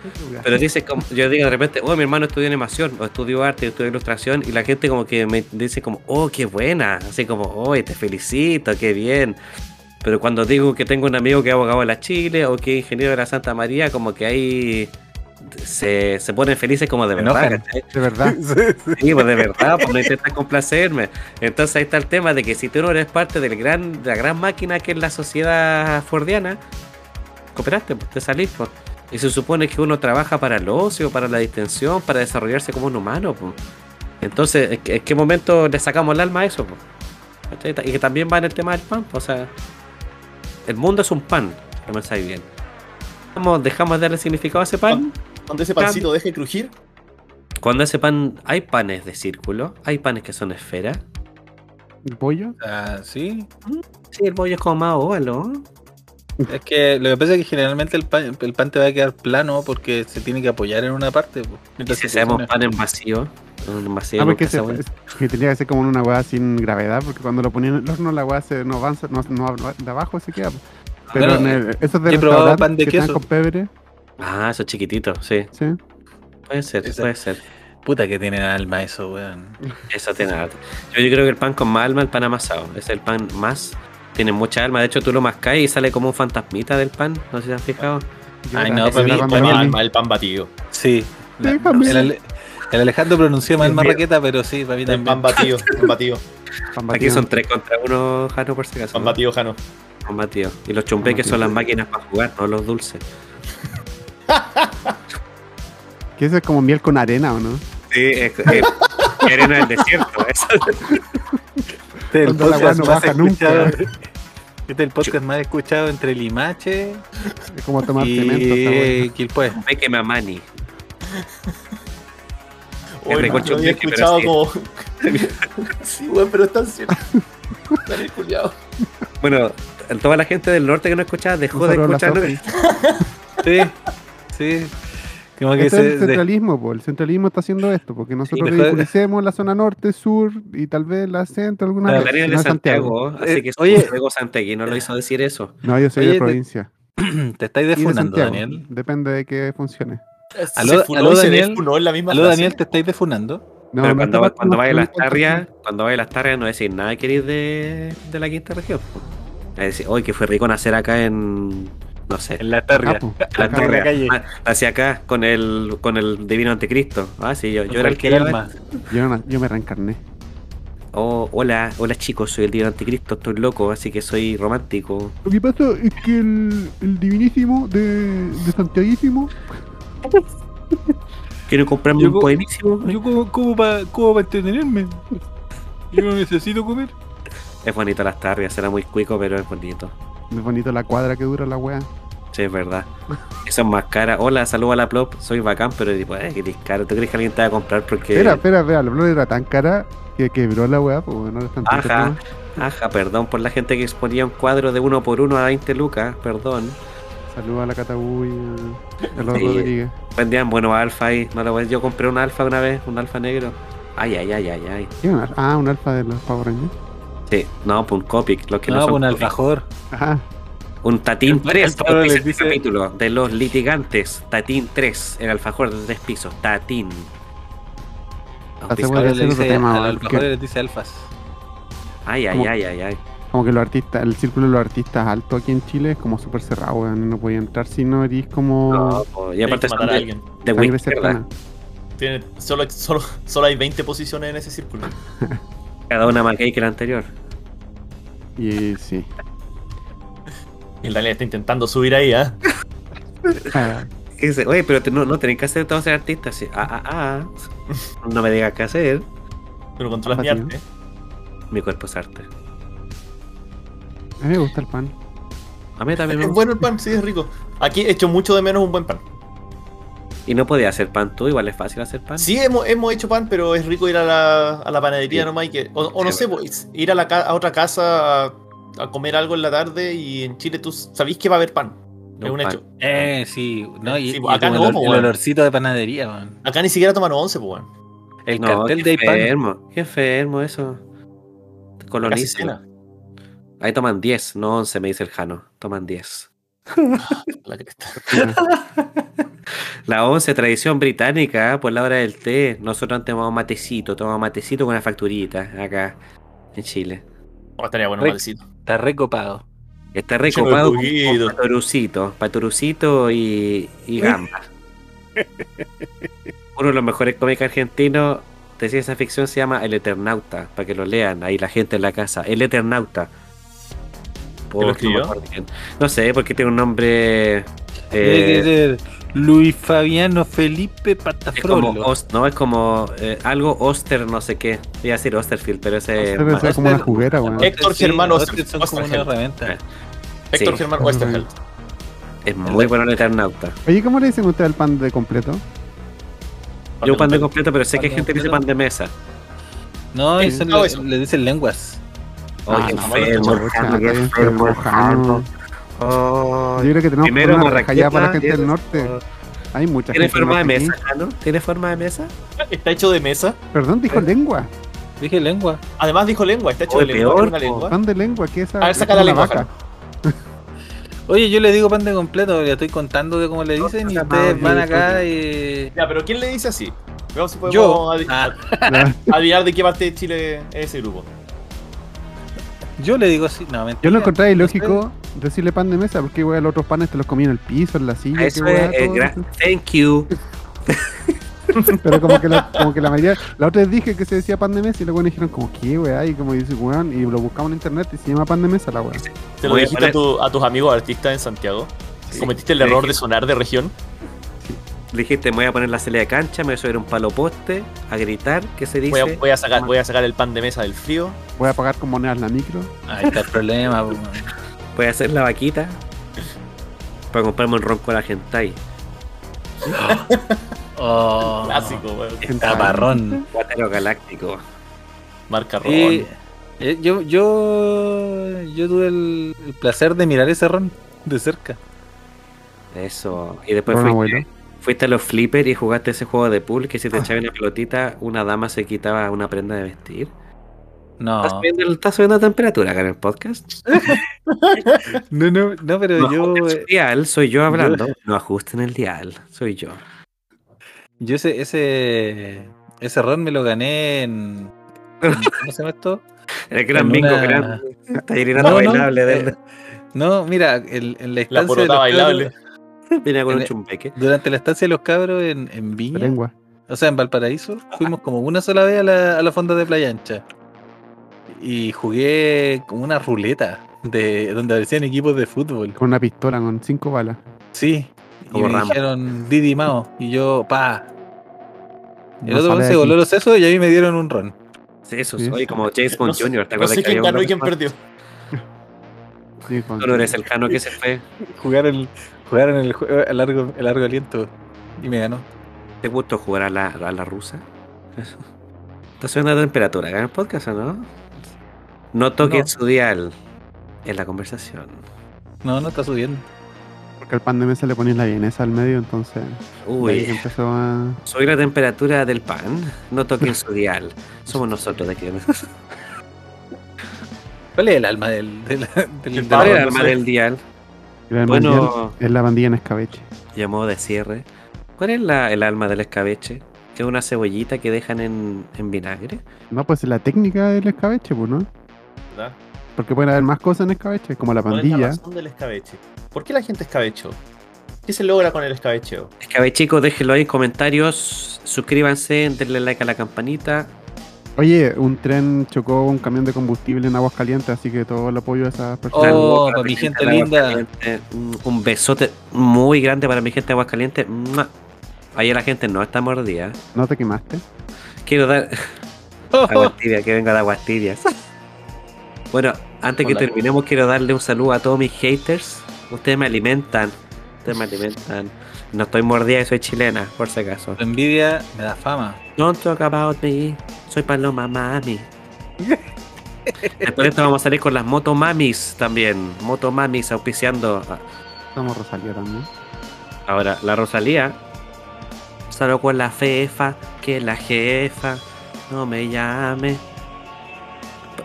C: Pero dice, como, yo digo de repente, oh, mi hermano estudió animación, o estudió arte, estudió ilustración, y la gente como que me dice como, oh, qué buena, así como, oh, te felicito, qué bien. Pero cuando digo que tengo un amigo que es abogado de la Chile o que es ingeniero de la Santa María, como que ahí se, se ponen felices como de
A: Se
C: verdad,
A: enojan.
C: ¿cachai?
D: De verdad.
C: Sí, pues de verdad, pues no intentas complacerme. Entonces ahí está el tema de que si tú no eres parte del gran, de la gran máquina que es la sociedad fordiana, cooperaste, pues te salís. pues. Y se supone que uno trabaja para el ocio, para la distensión, para desarrollarse como un humano. pues. Entonces, ¿en qué- ¿en qué momento le sacamos el alma a eso? pues? ¿Cachai? Y que también va en el tema del pan. pues, O sea, el mundo es un pan, si lo pensáis bien. Vamos, dejamos de darle significado a ese pan.
B: Cuando ese pancito deje de crujir,
C: Cuando ese pan, hay panes de círculo, hay panes que son esferas.
D: ¿El pollo?
A: Ah, sí.
C: Sí, el pollo es como más óvalo. ¿no?
A: Es que lo que pasa es que generalmente el pan, el pan te va a quedar plano porque se tiene que apoyar en una parte. pues.
C: Y
A: Mientras
C: si
A: se
C: hacemos
A: cocina.
C: pan en vacío, en vacío
D: Ah, porque
C: nunca se
D: se-
C: vuelve.
D: es- que tenía que ser como en una hueá sin gravedad, porque cuando lo ponían en el horno la hueá se no avanza, no, no ab- de abajo se queda. Pero
A: Bueno,
D: en el, esos de
A: he probado
D: restaurante
A: pan de
D: que están
A: queso.
D: con pebre,
C: Ah, eso es chiquitito, sí.
D: sí.
C: Puede ser,
A: Ese.
C: puede ser.
A: Puta que tiene alma eso, weón.
C: Eso tiene arte. Yo, yo creo que el pan con más alma, el pan amasado, es el pan más. Tiene mucha alma. De hecho, tú lo mascas y sale como un fantasmita del pan. No sé si te has fijado.
A: Ay,
D: era-
A: no,
D: era
A: para mí-
D: cuando
A: para
B: el
A: mí
D: comí.
B: alma, el pan batido.
A: Sí. La-
D: Déjame.
A: el, Ale- el Alejandro pronunció mal
C: Dios mío.
A: marraqueta, pero sí, para mí
B: El pan
A: también.
B: batido, pan batido,
D: Pan
C: Aquí
D: batido.
C: son tres contra uno, Jano, por si acaso.
B: pan
C: ¿no?
B: batido, Jano.
C: Pan batido. Y los chumpeques
D: batido.
C: son las máquinas para jugar, no los dulces.
D: Que eso es como miel con arena, ¿o no?
C: Sí, es, eh, es- arena del desierto. Eso.
A: Este es el
D: Cuando la weá
A: podcast
D: no
A: más
D: baja nunca.
A: escuchado. Este es el podcast más escuchado entre Limache
D: Es como tomar cemento. esa hueá.
A: y Quilpue.
C: Chumpeque mamani.
B: Hoy
C: rico
B: lo había
C: chumbeque, pero
B: escuchado
C: sí.
B: como. sí, weón, pero es tan cierto. Dale, culiao.
C: Bueno, toda la gente del norte que no escuchaba dejó de
D: Nosotros la
C: escuchar.
D: Sofi.
A: Sí, sí. Como que
D: Este es
A: se,
D: el
A: de-
D: centralismo, po. el centralismo está haciendo esto, porque nosotros
A: mejor-
D: ridiculicemos la zona norte, sur y tal vez la centro alguna
A: La
D: vez.
C: La arena
D: no
C: de
D: es
C: Santiago, así
A: Eh,
C: que es
A: oye.
C: oye, Santiago no lo hizo decir eso.
D: No, yo soy
A: Oye,
D: de
A: te-
D: provincia.
A: te estáis
D: Y de
A: defunando,
D: Santiago.
A: Daniel.
D: Depende de que funcione.
A: Aló-
B: se funó
A: aló,
B: y se
A: Daniel.
B: defunó en la misma
A: Aló,
B: frase.
A: Daniel, te estáis defunando.
D: No,
C: Pero
D: no
C: cuando,
D: está
C: va,
D: mal-
C: cuando
D: no
C: vaya a
D: está
C: las
D: mal-
C: tarrias, cuando vaya a las tarrias no decís nada querido de, de la quinta región. po. Es decir, hoy que fue rico nacer acá en no sé, en
A: la
D: Ah, po,
C: la
D: acá,
C: Torre.
A: calle.
C: Ah, hacia acá con el con el divino anticristo. Ah, sí, yo, yo
D: pues,
C: era el que iba-
A: alma.
D: Yo, no- yo me reencarné.
C: Oh, hola, hola chicos, soy el divino anticristo, estoy loco, así que soy romántico.
D: Lo que pasa es que el, el divinísimo de, de Santiaguísimo
C: Quiero comprarme
A: Yo
C: un
A: co-
C: poemísimo.
A: Yo como, como para entretenerme. Yo no necesito comer.
C: Es bonito las tarrias, será muy cuico, pero es bonito.
D: Es bonito la cuadra que dura la wea.
C: Sí, es verdad. Eso es más cara. Hola, saludo a la Plop. Soy bacán, pero tipo, eh, que eres caro. ¿Tú crees que alguien te va a comprar porque.
D: Espera, espera, espera. La flor era tan cara que quebró la wea, pues no era tan
C: Ajá. Ajá, perdón por la gente que exponía un cuadro de uno por uno a 20 lucas. Perdón.
D: Saludos a la Catabuy, a los
C: Sí.
D: Rodríguez.
C: Vendían buenos alfa ahí. No lo voy a- Yo compré un alfa una vez, un alfa negro. Ay, ay, ay, ay, ay.
D: ¿Qué era? Ah, un alfa de los Power Rangers.
C: Sí, no, pues un Copic. Los que no,
A: No,
C: son
A: un
C: Copic.
A: alfajor.
D: Ajá.
C: Un
A: El-
C: Tatín
A: el
C: 3,
A: Pablo
C: como dice
A: les
C: el
A: dice-
C: capítulo de los litigantes. Tatín 3, el alfajor de tres pisos. Tatín.
D: Hacemos-
A: Ahora
D: Podría
A: le
D: ser otro
A: dice,
D: tema,
A: al
D: ¿eh?
A: alfajor
D: Que-
A: le dice alfas.
C: Ay, ay,
D: como-
C: ay, ay, ay.
D: Como que los artistas, el círculo de los artistas alto aquí en Chile es como súper cerrado, weón. No podía entrar si no eres como.
C: No, pues, y
B: Tiene
C: aparte
B: que
C: son
B: matar a
C: de,
B: alguien.
C: de
D: sangre
C: Wizard,
D: cercana.
B: Tiene, solo, solo, solo hay 20 posiciones en ese círculo.
C: Cada una más gay que la anterior.
D: Y sí.
B: Y el Daniel está intentando subir ahí, ¿ah?
D: Ah,
C: Y dice, oye, pero te- no, no tenés que hacer todo ser artista. Así, ah, ah, ah. No me digas qué hacer.
B: Pero controlas mi
D: Latino.
B: arte.
C: Mi cuerpo es arte.
D: a mí me gusta el pan.
C: A mí también me
B: Es
C: gusta.
B: bueno el pan, sí, es rico. Aquí hecho mucho de menos un buen pan.
C: Y no podía hacer pan tú, igual es fácil hacer pan.
B: Sí, hemos, hemos hecho pan, pero es rico ir a la, a la panadería
C: Sí.
B: nomás y que. O, o no
C: Sí,
B: sé,
C: verdad.
B: pues, ir a, la, ca- a otra casa a, a comer algo en la tarde y en Chile tú sabís que va a haber pan.
C: No,
B: es un
C: pan.
B: hecho.
A: Eh, sí. No, y,
B: Sí,
A: y
B: pues, acá
A: como
B: no,
A: el,
B: pues,
A: el
B: weón.
A: olorcito de panadería, weón.
B: Acá ni siquiera toman once, pues, weón.
A: El
C: No,
A: cartel
C: qué
A: de Ipan.
C: enfermo. Qué enfermo eso.
B: Casi
C: Coloniza.
B: cena.
C: Ahí toman 10, no 11, me dice el Jano. Toman 10.
B: La cresta.
C: La 11, tradición británica, ¿eh? por la hora del té. Nosotros antes tomamos matecito, tomamos matecito con una facturita acá en Chile.
B: Oh, estaría bueno,
A: Rick.
B: malecito.
A: Está recopado.
C: Está
B: Lleno de
C: recopado con,
B: juguito.
C: con paturucito, paturucito y, y gamba. Uno de los mejores cómics argentinos de ciencia ficción se llama El Eternauta, para que lo lean ahí la gente en la casa. El Eternauta. Por-
B: lo
C: no
B: escribió?
C: me acuerdo quién. No sé, porque tiene un nombre... eh,
A: Eh, Luis Fabiano Felipe
C: Es como,
A: Patafrolo.
C: Os- no, es como eh, algo Oster, no sé qué. Iba a decir Osterfield, pero ese.
D: Debe ser como una juguera, weón.
A: Eh,
B: Héctor Germán Oster-
A: son como una
B: Osterheld.
C: Eh.
A: herramienta.
B: Héctor
C: Sí.
B: Germán oh, este Westerheld.
C: Es muy bueno el Eternauta.
D: Oye, ¿cómo le dicen ustedes al pan de completo?
C: Yo pan de completo, pero sé que hay gente que dice pan de mesa.
A: No,
B: Eh,
A: eso
B: no,
A: le-
B: eso.
A: le dicen lenguas.
C: Oye,
D: Ah,
C: qué
B: no,
C: enfermo,
D: Chucha,
C: Jano, qué
D: está bien
C: enfermo,
D: enfermo, Jano.
C: Jano. Oh,
D: Yo creo que tenemos que
C: Primero
D: poner una reja
C: Morraqueta,
D: allá para la gente del
C: tiene-
D: norte. Hay mucha
C: ¿Tiene
D: gente del
C: forma de
D: norte aquí.
C: mesa, Jano? ¿Tiene forma de mesa?
B: Está hecho de mesa.
D: Perdón, dijo
A: Eh.
D: lengua.
A: Dije lengua.
B: Además dijo lengua, está hecho
C: Oh,
B: de lengua.
C: peor,
B: una
C: po.
B: lengua.
D: Pan de lengua, ¿qué es esa?
B: A ver, saca
D: es
B: la
D: una
B: lengua,
D: vaca.
A: Oye, yo le digo pan de completo, le estoy contando de cómo le dicen y
C: no,
A: ustedes
D: no,
A: van
D: yo-
A: acá y.
B: Ya, pero ¿quién le dice así? Veamos si podemos
A: Yo,
B: adi-
A: Ah,
B: adivinar de qué parte de Chile es ese grupo.
A: yo le digo así. No, mentira.
D: Yo lo encontré ilógico decirle pan de mesa, porque igual los otros panes te los comí en el piso, en la silla,
C: Eso
D: qué
C: es.
D: weá,
C: eh,
D: todo
C: gra-
D: eso.
C: Thank you.
D: Pero como que, la, como que la mayoría. La otra vez dije que se decía pan de mesa y luego me dijeron, como, ¿qué weá? Y como dice, weón, y lo buscamos en internet y se llama pan de mesa la weá.
B: ¿Te lo
C: Oye,
B: dijiste a,
C: ¿cuál
B: tu- a tus amigos artistas en Santiago?
D: Sí.
B: ¿Cometiste el
C: Le
B: error de
C: dije-
B: sonar de región?
C: Le dijiste, me voy a poner la celda de cancha, me voy a subir a un palo poste, a gritar, ¿qué se
B: Voy
C: dice?
B: a, voy a sacar, voy a sacar el pan de mesa del frío.
D: Voy a pagar con monedas la micro.
A: Ahí está el problema. po, man.
C: Voy a hacer la vaquita para comprarme un ronco a la Gentai.
A: Oh,
B: Clásico, weón.
C: Eh,
A: Taparrón.
C: Guatero galáctico.
B: Marca Ron.
A: Sí, eh, yo, yo, yo tuve el, el placer de mirar ese ron de cerca.
C: Eso. Y después
D: Bueno,
C: fuiste,
D: abuelo.
C: fuiste a los flippers y jugaste ese juego de pool que si te echaba una pelotita, una dama se quitaba una prenda de vestir.
A: No,
C: ¿Estás, subiendo, estás subiendo la temperatura acá en el podcast?
A: no, no, no, pero
C: No
A: yo,
C: ajusten
A: eh,
C: su dial, soy yo hablando. No ajusten el dial, soy yo.
A: yo ese, ese, ese ron me lo gané en. ¿Cómo se llama esto?
C: El gran
A: En
C: bingo,
A: una-
C: gran. Está llenando
A: No, no,
C: bailable de
A: eh, No, mira, el- en la
B: La
A: estancia. de
B: porota
A: los
B: bailable.
C: Viene con
A: en
C: un
A: el-
C: chumpeque.
A: cabros- durante la estancia de los cabros en, en Viña,
D: Lengua.
A: o sea, en Valparaíso, fuimos como una sola vez a la, a la fonda de Playa Ancha. Y jugué como una ruleta de donde aparecían equipos de fútbol.
D: Con una pistola, con cinco balas.
A: Sí.
C: Como
A: y me
C: Rambo.
A: dijeron Didi Mao. Y yo, pa. El
D: No
A: otro
D: sale
A: weón
D: de
A: se
D: aquí.
A: voló los sesos y a mí me dieron un ron.
C: Sí, Eso
D: Sí,
C: soy
D: sí.
C: como James
B: No
C: Bond
B: sé-
C: Jr.
B: No
C: ¿Te acuerdas
B: sé
C: que había
B: quién ganó
C: uno
B: y quién
C: más?
B: perdió.
D: Sí, con-
C: Dolores el Jano que se fue.
A: Jugaron, jugaron el, jue- el largo, el largo aliento. Y me ganó.
C: ¿Te gustó jugar a la, a la rusa? Eso. Está subiendo la temperatura acá en el podcast, ¿o no? No toquen
A: No.
C: su dial en la conversación.
A: No, no está subiendo.
D: Porque al pan de mesa le ponías la vienesa al medio, entonces. de ahí
C: Uy,
D: empezó a.
C: subir la temperatura del pan. No toquen su dial. Somos nosotros de aquí.
A: ¿Cuál es el alma del, del, del-
B: El
A: del
C: ¿Cuál
B: Pablo,
C: era el
A: ron?
B: no
C: alma
B: sé.
C: del dial?
D: Era el
C: Bueno,
D: Es la bandilla en escabeche.
C: llamó de cierre. ¿Cuál es la- el alma del escabeche? Que es una cebollita que dejan en, en vinagre.
D: No, pues es la técnica del escabeche, pues, ¿no?
B: ¿Verdad?
D: Porque pueden haber más cosas en escabeche, como la
B: ¿Cuál es la
D: pandilla.
B: razón del escabeche? ¿Por qué la gente escabecho? ¿Qué se logra con el escabecheo?
C: Escabechicos, déjenlo ahí en comentarios. Suscríbanse, denle like a la campanita.
D: Oye, un tren chocó un camión de combustible en aguas calientes, así que todo el apoyo de esas personas.
A: Oh,
C: Saludos
A: para
C: la
A: mi gente
C: de
A: linda.
C: Aguascalientes. Un- Un besote muy grande para mi gente de Aguascalientes. ¡Mua! Ahí la gente no está mordida.
D: ¿No te quemaste?
C: Quiero dar
A: Oh.
C: aguas tibias, que venga de aguas tibias. Bueno, antes que
B: Hola.
C: terminemos, quiero darle un saludo a todos mis haters. Ustedes me alimentan. Ustedes me alimentan. No estoy mordida y soy chilena, por si acaso.
A: Tu envidia me da fama.
C: Don't talk about me. Soy Paloma Mami. Después de esto vamos a salir con las Motomamis también. Motomamis auspiciando a-
D: Somos Rosalía también.
C: Ahora, la Rosalía. Salgo con la fefa, que la jefa no me llame.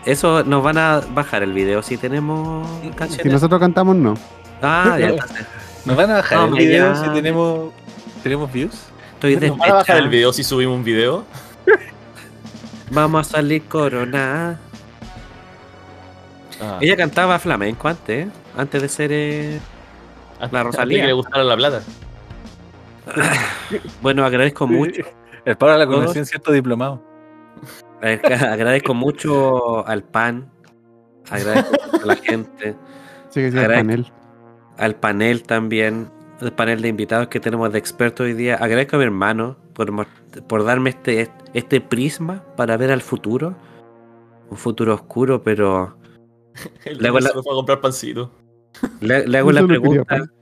C: Eso nos van a bajar el video si tenemos
A: Si
C: canciones.
D: Si nosotros cantamos, no.
C: Ah, ya entonces.
A: ¿Nos van a bajar
C: No,
A: el
C: me
A: video
C: ya.
A: si tenemos, tenemos views?
C: Estoy
B: ¿Nos van a bajar el
C: despechado.
B: video si subimos un video?
C: Vamos a salir corona.
B: Ah,
C: Ella cantaba flamenco antes, ¿eh? antes de ser. eh,
B: antes-
C: la
B: antes
C: Rosalía.
B: que le gustara la plata.
C: Bueno, agradezco mucho.
A: El Pablo la
C: Todos.
A: conoció en cierto diplomado.
C: Eh, agradezco mucho al PAN. Agradezco mucho a la gente.
D: Sí, que sí, el
C: Caray.
D: panel.
C: al panel también, el panel de invitados que tenemos de expertos hoy día. Agradezco a mi hermano por, mos- por darme este, este prisma para ver al futuro. Un futuro oscuro, pero
B: El
C: Luego la-
B: se fue a comprar pancito.
C: le, le hago la
D: Solo quería
C: pregunta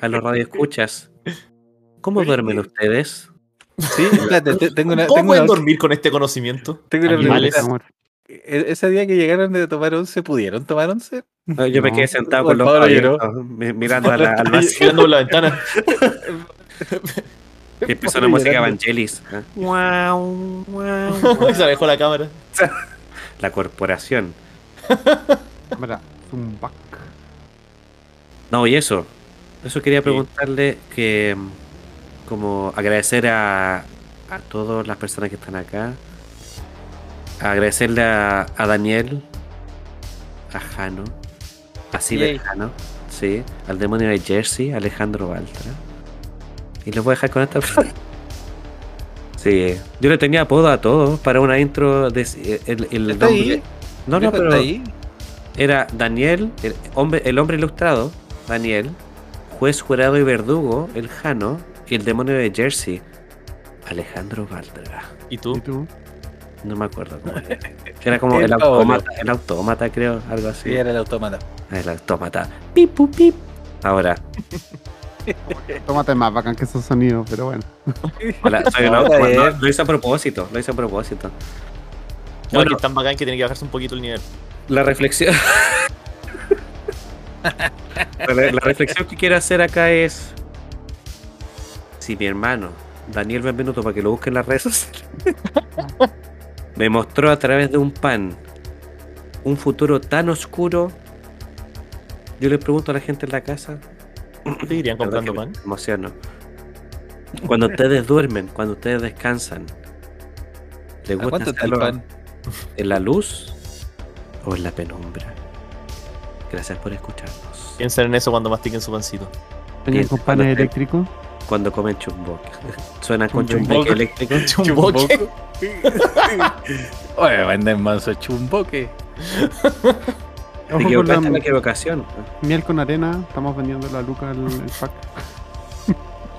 C: a los radioescuchas. ¿Cómo duermen ustedes?
A: Sí, espérate, te- tengo una,
B: ¿Cómo
A: tengo
B: pueden
A: una,
B: dormir con este conocimiento?
A: tengo una
D: Animales.
A: pregunta. E- Ese día que llegaron de tomar once, ¿pudieron tomar once?
C: No, Ah, yo me
D: No.
C: quedé sentado
A: O
C: con
A: el
C: los
A: Pablo
C: abiertos, mi- mirando a la- al vacío
B: Mirando por la ventana.
C: y empezó la música
A: llorando.
C: evangelis. ¿eh? Guau, guau.
B: y se alejó la cámara.
C: La corporación.
D: Cámara, zumbac.
C: No, y eso. Eso quería preguntarle que mm, como agradecer a, a todas las personas que están acá. Agradecerle a, a Daniel, a Jano, a Ciber
A: Yay.
C: Jano, sí, al demonio de Jersey, Alejandro Baltra. Y los voy a dejar con esta frase. Sí, yo le tenía apodo a todos para una intro de el, el
A: ¿Está
C: nombre-
A: ahí?
C: No, no,
A: Viejo,
C: pero
A: ¿Está ahí?
C: era Daniel, el hombre, el hombre ilustrado, Daniel, juez, jurado y verdugo, el Jano, y el demonio de Jersey, Alejandro Valderga.
B: ¿Y tú?
D: ¿Y tú?
C: No me acuerdo cómo era. Era como el
A: El Paolo.
C: autómata, el autómata, creo, algo así. Ah,
A: Sí, era el automata.
C: El autómata. Pip, pup, pip. Ahora,
D: Tómate más bacán que esos sonidos, pero bueno.
C: hola, soy un
A: Ahora
C: autómata.
A: es.
C: No, Lo hice a propósito, lo hice a propósito.
B: No,
C: Bueno.
B: que es tan bacán que tiene que bajarse un poquito el nivel.
C: La reflexión. la, la reflexión que quiero hacer acá es. Si mi hermano, Daniel Benvenuto, para que lo busque en las redes sociales, me mostró a través de un pan un futuro tan oscuro. Yo le pregunto a la gente en la casa.
B: ¿Te irían
C: perdón que
B: comprando pan?
C: me emociono. Cuando ustedes duermen, cuando ustedes descansan, ¿les
A: ¿A
C: gusta
A: cuánto está el
C: hacerlo-
A: pan?
C: ¿En la luz o en la penumbra? Gracias por escucharnos.
B: Piensen en eso cuando mastiquen su pancito.
D: ¿Tenían con panes
C: cuando-
D: eléctricos?
C: Cuando comen chumbok. Suena con
D: Chumboc.
C: chumbok eléctrico.
B: Chumboque.
A: Oye, venden manso chumboque.
C: Te
D: Ojo con la
C: equivocaste en la equivocación.
D: miel con arena. Estamos vendiendo la luca al el pack.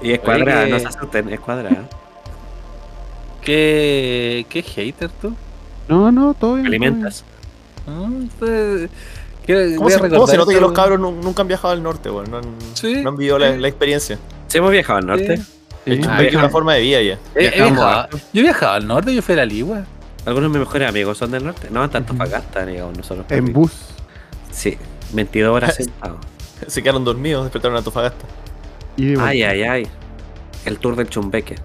C: Y es cuadrada,
A: que-
C: no se asusten, es cuadrada.
A: ¿Qué, qué hater tú?
D: No, no, todo bien. todo bien.
C: Alimentas.
A: Mm, pues, quiero-
B: ¿Cómo
A: voy a
B: se, cómo
A: recordar
B: se nota que
A: esto.
B: los cabros nu- nunca han viajado al norte, weón? No han,
A: Sí.
B: no han vivido la, la experiencia.
C: ¿Se hemos viajado al norte?
A: Sí.
B: El
D: Sí.
B: chumbeque es
C: Ah, viajaron.
B: una forma de vida ya.
A: He- he
C: Viajamos
A: viajado-
C: harto.
A: Eh, yo he viajado al norte, yo fui a la Ligua.
C: Algunos de mis mejores amigos son del norte. No, tanto
D: Ujú.
C: Antofagasta, digamos, nosotros.
D: En bus.
C: Sí, 22 horas sentado.
B: Se quedaron dormidos, despertaron a Antofagasta.
D: Y de
C: Ay,
D: vuelta.
C: ay, ay. El tour del chumbeque.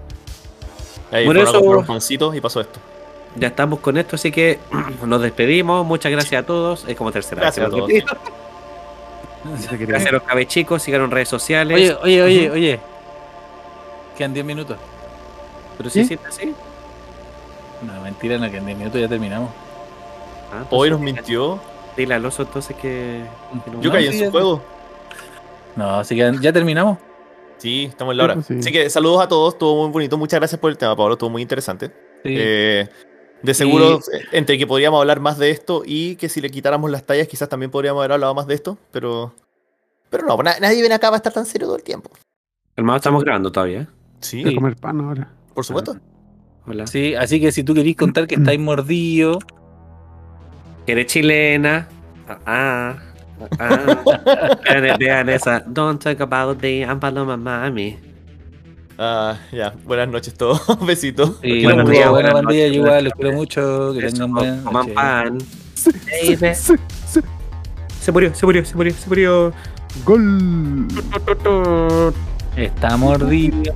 B: Ahí
C: Bueno,
B: fueron
C: eso-
B: a comprar unos pancitos y pasó esto.
C: Ya estamos con esto, así que nos despedimos. Muchas gracias a todos. Es como tercera
B: Gracias a
C: vez que lo
B: todos.
C: repito.
D: Sí, te quería-
C: Gracias a los cabechicos, sigan en redes sociales.
A: Oye, oye, oye, oye. Quedan 10 minutos.
C: pero sí,
D: ¿eh?
C: sí, sí.
A: No, mentira, no quedan 10 minutos, ya terminamos.
C: Ah,
B: Hoy
C: entonces,
B: nos mintió.
C: Dile al oso entonces que. que no-
B: Yo
A: No,
B: caí
A: sí,
B: en su
A: ya-
B: juego.
A: No, así que ya terminamos.
B: Sí, estamos en la hora.
D: Sí, pues sí.
B: Así que saludos a todos, estuvo muy bonito. Muchas gracias por el tema, Pablo, estuvo muy interesante.
A: Sí.
B: Eh, de seguro, eh, entre que podríamos hablar más de esto y que si le quitáramos las tallas, quizás también podríamos haber hablado más de esto, pero. Pero no, pues na- nadie viene acá va a estar tan serio todo el tiempo.
C: Hermano, estamos grabando todavía. ¿eh?
B: Sí,
D: Voy a comer pan ahora.
B: por supuesto.
C: Hola.
A: Sí, así que si tú querís contar que estáis mordido,
C: Que eres chilena. Ah, Ah. ah. vean, vean esa. Don't talk about the I'm Paloma Mami.
B: Ah, ya, buenas noches todos. Besitos.
C: Sí,
A: eh, bueno,
C: buenos
A: bueno,
C: días,
A: buena
C: buenas
A: pandilla,
C: noches.
A: yo igual, los quiero mucho, que
C: Eso,
A: tengan buena
C: Coman
A: noche.
C: pan.
D: Sí,
C: Baby.
D: sí, sí.
C: Se murió, se murió, se murió, se murió.
D: Gol.
A: Está mordido.